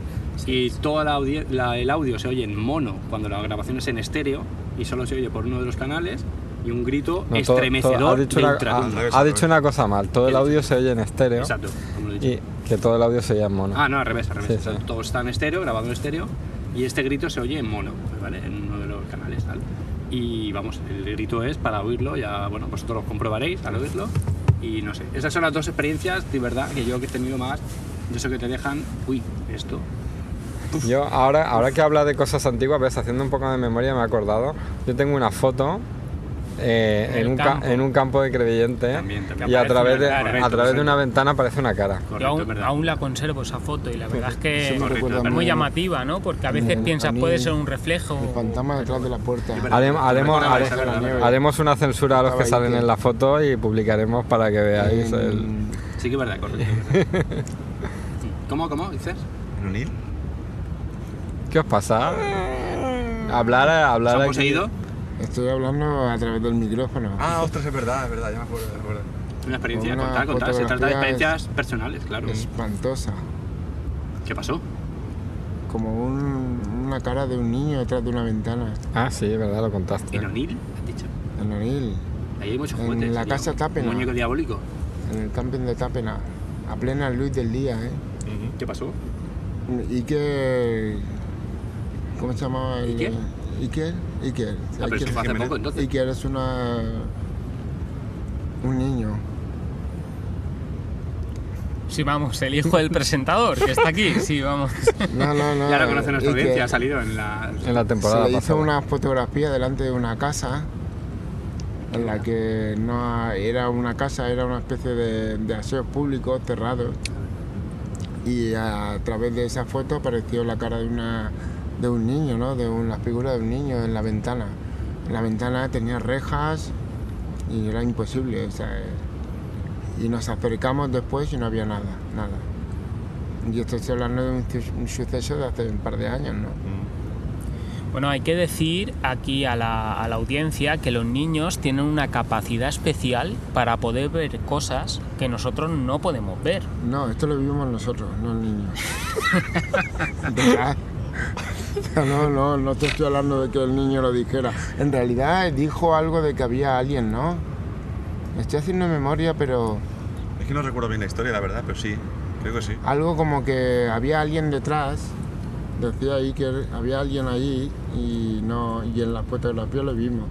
[SPEAKER 3] y todo el audio se oye en mono cuando la grabación es en estéreo y solo se oye por uno de los canales y un grito
[SPEAKER 1] No, todo- todo-
[SPEAKER 3] estremecedor
[SPEAKER 1] ha dicho,
[SPEAKER 3] de
[SPEAKER 1] una, ah,
[SPEAKER 3] ultratumba.
[SPEAKER 1] ha- ha dicho una cosa mal. Todo el audio se oye en estéreo.
[SPEAKER 3] Exacto, como lo he dicho.
[SPEAKER 1] Y que todo el audio se oye en mono.
[SPEAKER 3] Ah, no, al revés, al revés.
[SPEAKER 1] Sí,
[SPEAKER 3] O sea,
[SPEAKER 1] sí.
[SPEAKER 3] Todo está en estéreo, grabado en estéreo, y este grito se oye en mono, ¿vale? En uno de los canales, tal. Y vamos, el grito es para oírlo, ya, bueno, vosotros lo comprobaréis al oírlo, y no sé. Esas son las dos experiencias, de verdad, que yo que he tenido más, de eso que te dejan, uy, esto.
[SPEAKER 1] Yo ahora, ahora que habla de cosas antiguas, ves, haciendo un poco de memoria me he acordado. Yo tengo una foto eh,
[SPEAKER 5] En
[SPEAKER 1] en,
[SPEAKER 5] el
[SPEAKER 1] un ca-
[SPEAKER 5] campo.
[SPEAKER 1] en un campo de creyente
[SPEAKER 3] También, también.
[SPEAKER 1] y a
[SPEAKER 5] Aparece
[SPEAKER 1] través,
[SPEAKER 5] una
[SPEAKER 1] de,
[SPEAKER 5] cara.
[SPEAKER 1] a
[SPEAKER 3] Correcto,
[SPEAKER 1] través de
[SPEAKER 3] correcto.
[SPEAKER 1] una ventana aparece una cara.
[SPEAKER 3] Correcto,
[SPEAKER 5] Yo
[SPEAKER 3] es
[SPEAKER 5] aún,
[SPEAKER 3] verdad.
[SPEAKER 5] aún la conservo esa foto y la verdad es que
[SPEAKER 4] Eso me recuerda
[SPEAKER 5] es muy
[SPEAKER 4] mucho.
[SPEAKER 5] llamativa, ¿no? Porque a veces
[SPEAKER 4] Mm, a
[SPEAKER 5] piensas
[SPEAKER 4] mí-
[SPEAKER 5] puede ser un reflejo.
[SPEAKER 4] El fantasma detrás de la puerta.
[SPEAKER 3] Es verdad.
[SPEAKER 1] Harem- haremos,
[SPEAKER 3] Recuerda la
[SPEAKER 1] hare-
[SPEAKER 3] cara de la
[SPEAKER 1] haremos,
[SPEAKER 3] nieve.
[SPEAKER 1] una censura a los que
[SPEAKER 4] Estaba ahí,
[SPEAKER 1] salen
[SPEAKER 4] tío.
[SPEAKER 1] en la foto y publicaremos para que veáis el...
[SPEAKER 4] En-
[SPEAKER 3] Sí que es verdad, correcto. es verdad. ¿Cómo, cómo dices?
[SPEAKER 2] ¿Reunir?
[SPEAKER 1] ¿Qué os pasa? Hablar,
[SPEAKER 3] ¿Se
[SPEAKER 1] hablar
[SPEAKER 3] han
[SPEAKER 1] aquí.
[SPEAKER 3] poseído?
[SPEAKER 4] Estoy hablando a través del micrófono.
[SPEAKER 2] Ah, ostras, es verdad, es verdad, ya me acuerdo, ya me acuerdo.
[SPEAKER 3] Una experiencia,
[SPEAKER 4] Una
[SPEAKER 3] contar, contar. Se trata de
[SPEAKER 4] fotografía es-
[SPEAKER 3] experiencias personales, claro.
[SPEAKER 4] Espantosa.
[SPEAKER 3] ¿Qué pasó?
[SPEAKER 4] Como un- una cara de un niño detrás de una ventana.
[SPEAKER 1] Ah, sí, verdad, lo contaste.
[SPEAKER 3] ¿En O'Neill? ¿Has dicho?
[SPEAKER 4] En Oril.
[SPEAKER 3] Ahí hay muchos
[SPEAKER 4] En
[SPEAKER 3] juguetes.
[SPEAKER 4] la
[SPEAKER 3] tío.
[SPEAKER 4] casa Tapena.
[SPEAKER 3] Un muñeco diabólico.
[SPEAKER 4] En el camping de Tápena. A plena luz del día, ¿eh?
[SPEAKER 3] Mm, ¿Qué pasó?
[SPEAKER 4] Iker... ¿Cómo se llamaba? el-
[SPEAKER 3] ¿Iker?
[SPEAKER 4] Iker. Iker.
[SPEAKER 3] Ah, pero
[SPEAKER 4] Iker-
[SPEAKER 3] eso fue hace poco, entonces.
[SPEAKER 4] Iker es una... Un niño.
[SPEAKER 5] Sí, vamos, el hijo del presentador que está aquí. Sí, vamos.
[SPEAKER 4] No, no, no.
[SPEAKER 3] Ya lo conoce nuestra
[SPEAKER 4] Iker.
[SPEAKER 3] audiencia, ha salido en la...
[SPEAKER 1] En la temporada
[SPEAKER 4] Se le hizo
[SPEAKER 1] pasada.
[SPEAKER 4] una fotografía delante de una casa en la que no era una casa, era una especie de, de aseos públicos cerrados. Y a través de esa foto apareció la cara de una de un niño, ¿no? De una figura de un niño en la ventana. La ventana tenía rejas y era imposible, o sea, eh, y nos acercamos después y no había nada, nada. Y esto estoy hablando de un, su- un suceso de hace un par de años, ¿no?
[SPEAKER 5] Bueno, hay que decir aquí a la, a la audiencia que los niños tienen una capacidad especial para poder ver cosas que nosotros no podemos ver.
[SPEAKER 4] No, esto lo vivimos nosotros, no el niño. ¿Verdad? No, no, no te estoy hablando de que el niño lo dijera. En realidad dijo algo de que había alguien, ¿no? Estoy haciendo memoria, pero
[SPEAKER 2] Es que no recuerdo bien la historia, la verdad, pero sí, creo que sí.
[SPEAKER 4] algo como que había alguien detrás. Decía ahí que había alguien allí y no y en la fotografía lo vimos.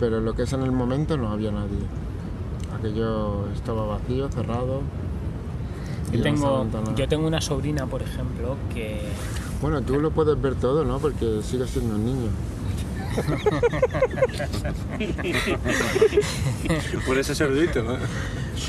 [SPEAKER 4] Pero lo que es en el momento no había nadie. Aquello estaba vacío, cerrado. y no
[SPEAKER 5] Yo
[SPEAKER 4] se
[SPEAKER 5] tengo,
[SPEAKER 4] aguanta nada.
[SPEAKER 5] yo tengo una sobrina, por ejemplo, que...
[SPEAKER 4] Bueno, tú lo puedes ver todo, ¿no? Porque sigues siendo un niño.
[SPEAKER 3] Por ese sordito, ¿no?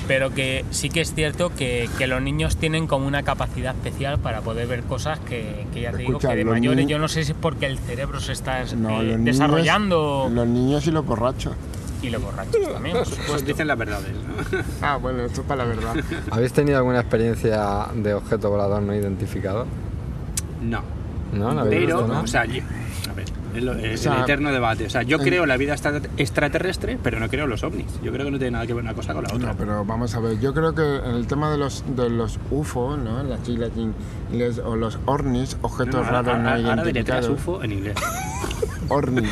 [SPEAKER 5] Pero que sí que es cierto que, que los niños tienen como una capacidad especial para poder ver cosas que, que ya te digo
[SPEAKER 4] Escucha,
[SPEAKER 5] que de
[SPEAKER 4] los
[SPEAKER 5] mayores
[SPEAKER 4] ni-
[SPEAKER 5] yo no sé si es porque el cerebro se está eh,
[SPEAKER 4] No, los niños-
[SPEAKER 5] desarrollando.
[SPEAKER 4] Los niños y los borrachos.
[SPEAKER 5] Y los borrachos también, por
[SPEAKER 3] Pues
[SPEAKER 5] supuesto.
[SPEAKER 3] dicen las verdades. ¿no?
[SPEAKER 4] Ah, bueno, esto es para la verdad.
[SPEAKER 1] ¿Habéis tenido alguna experiencia de objeto volador no identificado?
[SPEAKER 3] No.
[SPEAKER 1] No, no habéis
[SPEAKER 3] Pero,
[SPEAKER 1] visto, ¿no?
[SPEAKER 3] o sea, yo- a ver, es lo- es
[SPEAKER 4] sea,
[SPEAKER 3] el eterno debate. O sea, yo
[SPEAKER 4] en-
[SPEAKER 3] creo la vida extra- extraterrestre, pero no creo los ovnis. Yo creo que no tiene nada que ver una cosa con la otra.
[SPEAKER 4] No, pero vamos a ver, yo creo que en el tema de los, de los UFO, ¿no? Las siglas en inglés, o los ORNIs, objetos
[SPEAKER 3] No, no,
[SPEAKER 4] raros
[SPEAKER 3] ahora-
[SPEAKER 4] no
[SPEAKER 3] ahora deletreas
[SPEAKER 4] identificados.
[SPEAKER 3] UFO en inglés.
[SPEAKER 4] ORNI.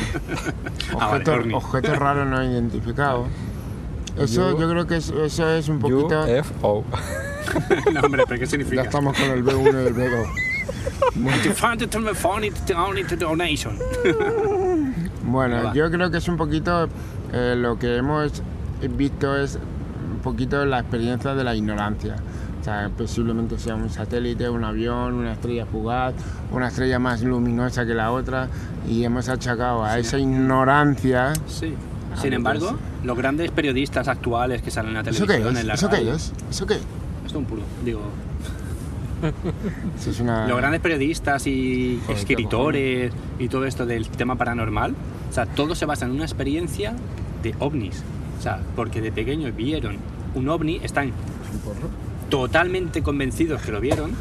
[SPEAKER 3] Ah, vale,
[SPEAKER 4] Objetos,
[SPEAKER 3] ORNI.
[SPEAKER 4] objetos raros no identificados. Eso
[SPEAKER 1] You-
[SPEAKER 4] yo creo que es, eso es un poquito...
[SPEAKER 1] UFO.
[SPEAKER 3] no, hombre, pero ¿qué
[SPEAKER 4] Ya
[SPEAKER 3] significa?
[SPEAKER 4] estamos con el B1 y el B2.
[SPEAKER 3] To find it, to me found it, to own it, to donation.
[SPEAKER 4] Bueno,
[SPEAKER 3] Nada.
[SPEAKER 4] yo creo que es un poquito eh, lo que hemos visto es un poquito la experiencia de la ignorancia. O sea, posiblemente sea un satélite, un avión, una estrella fugaz, una estrella más luminosa que la otra, y hemos achacado a esa ignorancia.
[SPEAKER 3] Sí.
[SPEAKER 4] pues
[SPEAKER 5] Ah,
[SPEAKER 3] Sin embargo, los grandes periodistas actuales que salen en la
[SPEAKER 4] ¿Eso qué
[SPEAKER 3] televisión,
[SPEAKER 4] es?
[SPEAKER 3] en la
[SPEAKER 4] ¿Eso qué
[SPEAKER 3] radio-
[SPEAKER 4] es? ¿Eso qué es?
[SPEAKER 3] Esto es un puro. Digo,
[SPEAKER 4] Eso es una...
[SPEAKER 3] los grandes periodistas y
[SPEAKER 1] Joder, qué
[SPEAKER 3] escritores y todo esto del tema paranormal, o sea, todo se basa en una experiencia de ovnis. O sea, porque de pequeños vieron un ovni, están totalmente convencidos que lo vieron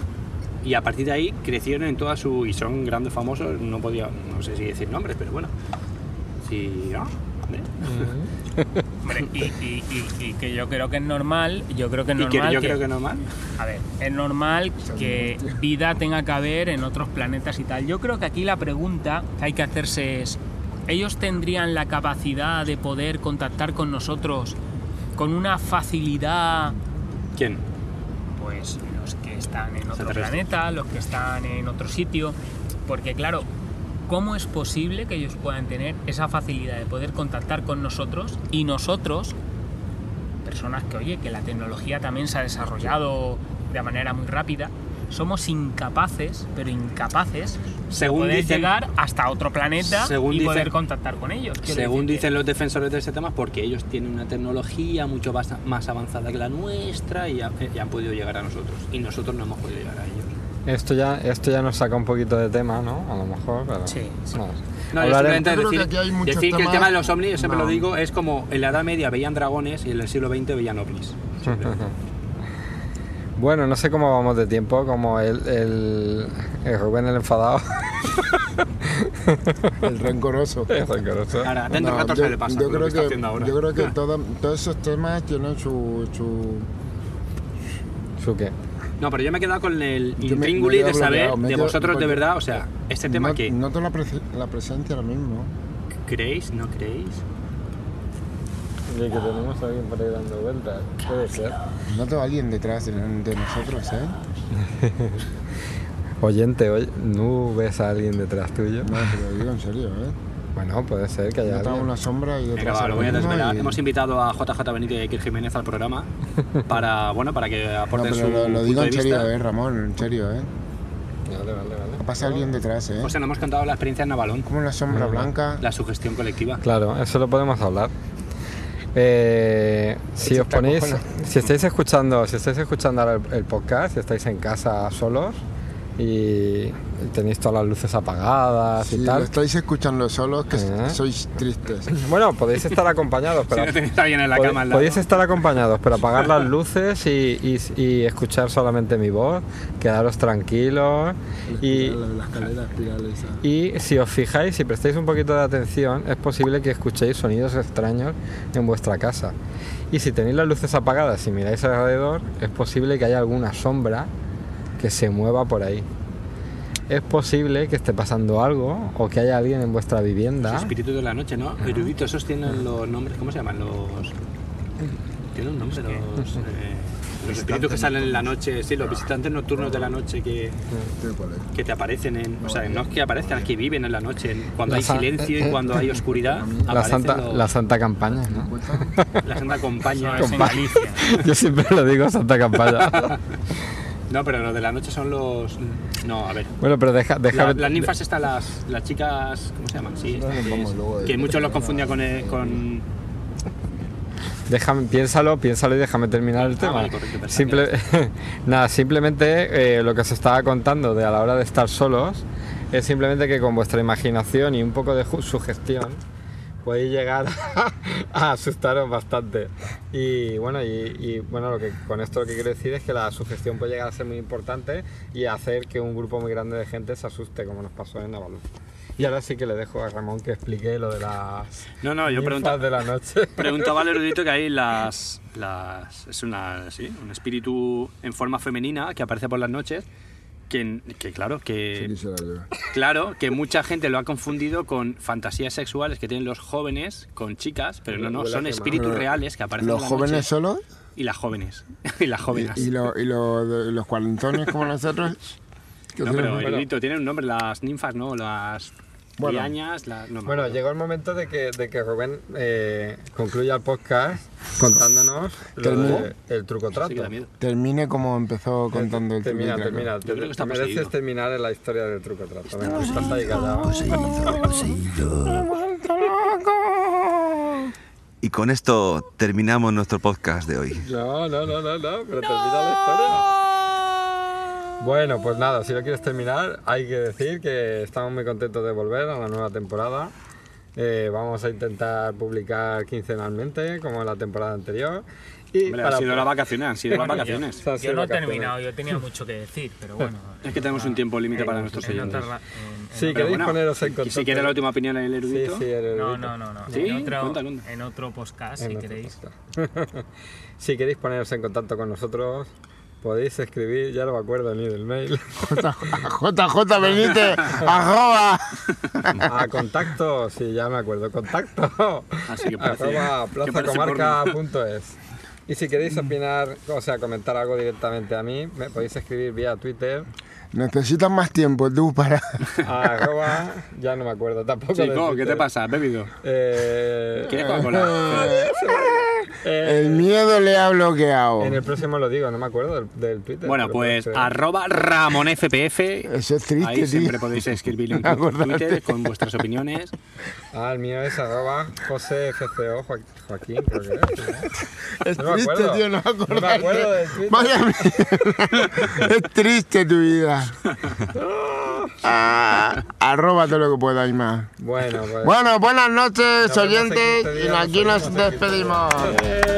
[SPEAKER 3] y a partir de ahí crecieron en toda su y son grandes famosos, no podía, no sé si decir nombres, pero bueno. Sí, ¿no? ¿Eh?
[SPEAKER 5] Hombre, y, y- y- y que yo creo que es normal, yo creo que es
[SPEAKER 3] Y que
[SPEAKER 5] normal
[SPEAKER 3] yo
[SPEAKER 5] que-
[SPEAKER 3] creo que no mal.
[SPEAKER 5] A ver, es normal que vida tenga que haber en otros planetas y tal. Yo creo que aquí la pregunta que hay que hacerse es, ¿ellos tendrían la capacidad de poder contactar con nosotros con una facilidad,
[SPEAKER 3] ¿Quién?
[SPEAKER 5] pues los que están en otro
[SPEAKER 3] Extraterrestres.
[SPEAKER 5] planeta, los que están en otro sitio? Porque claro, ¿cómo es posible que ellos puedan tener esa facilidad de poder contactar con nosotros y nosotros personas que, oye, que la tecnología también se ha desarrollado de manera muy rápida, somos incapaces, pero incapaces,
[SPEAKER 3] Según
[SPEAKER 5] de poder
[SPEAKER 3] dicen-
[SPEAKER 5] llegar hasta otro planeta
[SPEAKER 3] Según
[SPEAKER 5] y
[SPEAKER 3] dicen-
[SPEAKER 5] poder contactar con ellos. Quiero
[SPEAKER 3] Según
[SPEAKER 5] decir que-
[SPEAKER 3] dicen los defensores de este tema, porque ellos tienen una tecnología mucho más más avanzada que la nuestra y, ha- y han podido llegar a nosotros. Y nosotros no hemos podido llegar a ellos.
[SPEAKER 1] Esto ya, esto ya nos saca un poquito de tema, ¿no? A lo mejor, pero...
[SPEAKER 5] Sí, sí.
[SPEAKER 1] no.
[SPEAKER 3] No, yo
[SPEAKER 1] Hablaremos-
[SPEAKER 3] simplemente
[SPEAKER 4] Yo creo
[SPEAKER 3] decir,
[SPEAKER 4] que aquí hay muchos
[SPEAKER 3] decir que el
[SPEAKER 4] temas-
[SPEAKER 3] tema de los ovnis, yo siempre
[SPEAKER 4] No.
[SPEAKER 3] lo digo, es como en la Edad Media veían dragones y en el siglo XX veían ovnis.
[SPEAKER 1] Bueno, no sé cómo vamos de tiempo, como el, el, el Rubén el enfadado.
[SPEAKER 4] El rencoroso.
[SPEAKER 1] Es rencoroso.
[SPEAKER 3] Ahora, dentro de
[SPEAKER 4] No,
[SPEAKER 3] rato se le pasa con lo que, está haciendo ahora. Ah.
[SPEAKER 4] yo creo que todo- todos esos temas tienen su... su
[SPEAKER 1] ¿Su qué?
[SPEAKER 3] No, pero yo me he quedado con el
[SPEAKER 4] Yo me- me he
[SPEAKER 3] intríngulis de
[SPEAKER 4] quedado
[SPEAKER 3] saber
[SPEAKER 4] bloqueado, me he
[SPEAKER 3] de
[SPEAKER 4] quedado-
[SPEAKER 3] vosotros de
[SPEAKER 4] porque-
[SPEAKER 3] verdad, o sea, este tema
[SPEAKER 4] no-
[SPEAKER 3] que
[SPEAKER 4] Noto la, prese- la presencia ahora mismo.
[SPEAKER 3] creéis, no creéis.
[SPEAKER 1] Y que tenemos a alguien por ahí dando vueltas. Puede ser.
[SPEAKER 4] Noto a alguien detrás de, de nosotros, ¿eh?
[SPEAKER 1] Oyente, oye, ¿no ves a alguien detrás tuyo?
[SPEAKER 4] No, te lo digo en serio, ¿eh?
[SPEAKER 1] Bueno, puede ser que haya
[SPEAKER 4] Noto
[SPEAKER 1] alguien.
[SPEAKER 4] una sombra y
[SPEAKER 3] Venga,
[SPEAKER 4] detrás
[SPEAKER 3] va,
[SPEAKER 4] ahora
[SPEAKER 3] lo voy a
[SPEAKER 4] mismo
[SPEAKER 3] desvelar.
[SPEAKER 4] y-
[SPEAKER 3] Hemos invitado a JJ Benítez y Iker Jiménez al programa para, bueno, para que
[SPEAKER 4] No,
[SPEAKER 3] aporten
[SPEAKER 4] pero
[SPEAKER 3] su
[SPEAKER 4] lo, lo
[SPEAKER 3] punto
[SPEAKER 4] digo
[SPEAKER 3] de
[SPEAKER 4] en serio,
[SPEAKER 3] vista.
[SPEAKER 4] ¿eh, Ramón? En serio, ¿eh?
[SPEAKER 1] Vale, vale, vale.
[SPEAKER 4] Ha pasado alguien detrás, ¿eh?
[SPEAKER 3] O sea, no hemos contado la experiencia en Navalón,
[SPEAKER 4] Como una sombra blanca.
[SPEAKER 3] la sugestión colectiva.
[SPEAKER 1] Claro, eso lo podemos hablar. Eh, si
[SPEAKER 4] Esto
[SPEAKER 1] os
[SPEAKER 4] está
[SPEAKER 1] ponéis,
[SPEAKER 4] cojonado.
[SPEAKER 1] si estáis escuchando, si estáis escuchando ahora el, el podcast, si estáis en casa solos y tenéis todas las luces apagadas y
[SPEAKER 4] Si lo
[SPEAKER 1] tal.
[SPEAKER 4] estáis escuchando solos, que
[SPEAKER 1] ¿Eh?
[SPEAKER 4] sois tristes.
[SPEAKER 1] Bueno, podéis estar acompañados,
[SPEAKER 3] Si
[SPEAKER 1] pero
[SPEAKER 3] no tenéis a alguien en la
[SPEAKER 1] Pod-
[SPEAKER 3] cama al lado.
[SPEAKER 1] Podéis estar acompañados, pero apagar las luces y, y- y escuchar solamente mi voz, quedaros tranquilos. Y,
[SPEAKER 4] La escalera espiral esa.
[SPEAKER 1] y si os fijáis, si prestáis un poquito de atención, es posible que escuchéis sonidos extraños en vuestra casa. Y si tenéis las luces apagadas y miráis alrededor, es posible que haya alguna sombra que se mueva por ahí. Es posible que esté pasando algo o que haya alguien en vuestra vivienda.
[SPEAKER 3] Los espíritus de la noche, ¿no? Erudito, esos tienen los nombres, ¿cómo se llaman? Los. Tienen un nombre, los. eh, los espíritus que salen en la noche, sí, los visitantes nocturnos de la noche que, que te aparecen en. O sea, no es que aparezcan, es que viven en la noche, en- cuando
[SPEAKER 1] La
[SPEAKER 3] hay
[SPEAKER 1] san-
[SPEAKER 3] silencio y cuando hay oscuridad.
[SPEAKER 1] La
[SPEAKER 3] aparecen
[SPEAKER 1] santa,
[SPEAKER 3] los-
[SPEAKER 1] la santa campaña, ¿no?
[SPEAKER 3] la santa
[SPEAKER 5] Eso
[SPEAKER 3] acompaña.
[SPEAKER 5] es en Galicia.
[SPEAKER 1] Yo siempre lo digo Santa Campaña.
[SPEAKER 3] No, pero los de la noche son los. No, a ver.
[SPEAKER 1] bueno, pero deja,
[SPEAKER 3] La-
[SPEAKER 1] deja
[SPEAKER 3] las ninfas están las, las chicas, ¿cómo se llaman? Sí,
[SPEAKER 4] Nosotros
[SPEAKER 3] estas
[SPEAKER 4] nos vamos
[SPEAKER 3] que es-
[SPEAKER 4] luego de-
[SPEAKER 3] que muchos los confundían con, eh, con
[SPEAKER 1] déjame, piénsalo, piénsalo y déjame terminar el
[SPEAKER 3] Ah,
[SPEAKER 1] tema.
[SPEAKER 3] vale, correcto, pensaba
[SPEAKER 1] Simple- nada, simplemente eh, lo que os estaba contando de a la hora de estar solos es simplemente que con vuestra imaginación y un poco de ju- sugestión podéis llegar a asustaros bastante. Y bueno, y, y, bueno lo que, con esto lo que quiero decir es que la sugestión puede llegar a ser muy importante y hacer que un grupo muy grande de gente se asuste, como nos pasó en Navalú. Y ahora sí que le dejo a Ramón que explique lo de las
[SPEAKER 3] No, no, yo
[SPEAKER 1] ninfas
[SPEAKER 3] pregunta-
[SPEAKER 1] de la noche.
[SPEAKER 3] Preguntaba al erudito que hay las. las es una, sí, un espíritu en forma femenina que aparece por las noches. Que, que claro,
[SPEAKER 4] Sí,
[SPEAKER 3] que,
[SPEAKER 4] quisiera yo.
[SPEAKER 3] claro, que mucha gente lo ha confundido con fantasías sexuales que tienen los jóvenes con chicas, pero no, no,
[SPEAKER 1] Huele a
[SPEAKER 3] son
[SPEAKER 1] quemado.
[SPEAKER 3] espíritus reales que aparecen
[SPEAKER 4] ¿Los
[SPEAKER 3] en la
[SPEAKER 4] jóvenes
[SPEAKER 3] noche.
[SPEAKER 4] solo?
[SPEAKER 3] Y las jóvenes. y las jóvenes.
[SPEAKER 4] ¿Y, y lo- y lo- de- los cuarentones como nosotros? ¿Qué
[SPEAKER 3] No,
[SPEAKER 4] hacemos?
[SPEAKER 3] pero erudito, tienen un nombre, las ninfas, ¿no? Las
[SPEAKER 4] Bueno.
[SPEAKER 3] liañas, las. No, me
[SPEAKER 1] Bueno,
[SPEAKER 3] acuerdo.
[SPEAKER 1] llegó el momento de que, de que Rubén eh, concluya el podcast contándonos lo
[SPEAKER 4] Termina.
[SPEAKER 1] de el truco
[SPEAKER 3] Sí
[SPEAKER 1] trato.
[SPEAKER 3] que da miedo.
[SPEAKER 4] Termine como empezó contando el
[SPEAKER 1] termina,
[SPEAKER 4] truco y traco.
[SPEAKER 1] termina.
[SPEAKER 3] Yo creo que está
[SPEAKER 1] Te mereces
[SPEAKER 3] poseído.
[SPEAKER 1] terminar en la historia del truco trato. Venga, estás ahí callado.
[SPEAKER 2] Y con esto terminamos nuestro podcast de hoy.
[SPEAKER 1] No, no, no, no, no, pero termina la historia. Bueno, pues nada, si lo quieres terminar, hay que decir que estamos muy contentos de volver a la nueva temporada. Eh, vamos a intentar publicar quincenalmente, como en la temporada anterior. Y
[SPEAKER 3] Hombre,
[SPEAKER 1] para-
[SPEAKER 3] han sido las vacaciones, han sido las
[SPEAKER 5] Bueno, yo-
[SPEAKER 3] vacaciones.
[SPEAKER 1] Se han
[SPEAKER 5] Yo
[SPEAKER 1] sido
[SPEAKER 5] no he
[SPEAKER 1] vacaciones.
[SPEAKER 5] terminado, yo tenía mucho que decir, pero bueno.
[SPEAKER 3] Es que tenemos un tiempo límite para nuestros
[SPEAKER 5] Eh, en otra
[SPEAKER 3] oyentes.
[SPEAKER 5] ra- en- en
[SPEAKER 1] Eh, Sí,
[SPEAKER 5] otra-
[SPEAKER 1] queréis poneros en
[SPEAKER 3] y si
[SPEAKER 1] contacto.
[SPEAKER 3] quieres la última opinión del
[SPEAKER 1] Sí,
[SPEAKER 3] erudito.
[SPEAKER 1] sí, el
[SPEAKER 5] No,
[SPEAKER 1] erudito.
[SPEAKER 5] no, no, no.
[SPEAKER 3] Sí,
[SPEAKER 5] en, otro,
[SPEAKER 3] cuenta, cuenta.
[SPEAKER 5] en otro podcast,
[SPEAKER 1] En
[SPEAKER 5] si
[SPEAKER 1] nuestro
[SPEAKER 5] queréis.
[SPEAKER 1] podcast. si queréis poneros en contacto con nosotros, podéis escribir, ya no me acuerdo ni del mail,
[SPEAKER 4] JJ Benítez, arroba.
[SPEAKER 1] a Ah, contacto, sí, ya me acuerdo, contacto,
[SPEAKER 3] Así que parece-
[SPEAKER 1] arroba
[SPEAKER 3] que parece
[SPEAKER 1] plazacomarca.es. Y si
[SPEAKER 3] Mm.
[SPEAKER 1] queréis opinar, o sea, comentar algo directamente a mí, me podéis escribir vía Twitter,
[SPEAKER 4] Necesitas más tiempo tú para...
[SPEAKER 1] a arroba, ya no me acuerdo tampoco. del
[SPEAKER 3] Chico, ¿qué te
[SPEAKER 1] Twitter.
[SPEAKER 3] pasa? ¿Has bebido?
[SPEAKER 1] Eh,
[SPEAKER 3] ¿Quieres Coca-Cola?
[SPEAKER 1] eh,
[SPEAKER 4] El miedo le ha bloqueado.
[SPEAKER 1] en el próximo lo digo, no me acuerdo del, del Twitter.
[SPEAKER 3] Bueno,
[SPEAKER 1] pero
[SPEAKER 3] pues
[SPEAKER 1] puede ser.
[SPEAKER 3] arroba ramonfpf.
[SPEAKER 4] Eso es triste,
[SPEAKER 3] Ahí
[SPEAKER 4] tío.
[SPEAKER 3] siempre podéis escribir en
[SPEAKER 4] Me acordaste.
[SPEAKER 3] Twitter con vuestras opiniones.
[SPEAKER 1] Ah, el mío es arroba José FCO Joa- Joaquín, creo que es. ¿no?
[SPEAKER 4] Es
[SPEAKER 1] No me
[SPEAKER 4] triste,
[SPEAKER 1] acuerdo.
[SPEAKER 4] tío, no me
[SPEAKER 1] No me acuerdo
[SPEAKER 4] acordaste.
[SPEAKER 1] del Twitter.
[SPEAKER 4] Vaya mierda. Es triste tu vida. Ah, arroba todo lo que pueda y más.
[SPEAKER 1] Bueno, pues.
[SPEAKER 4] Bueno, buenas noches,
[SPEAKER 1] Nos vemos en
[SPEAKER 4] oyentes.
[SPEAKER 1] 15 días,
[SPEAKER 4] Y aquí
[SPEAKER 1] nos vemos en
[SPEAKER 4] nos
[SPEAKER 1] 15 días.
[SPEAKER 4] despedimos.
[SPEAKER 1] Eh.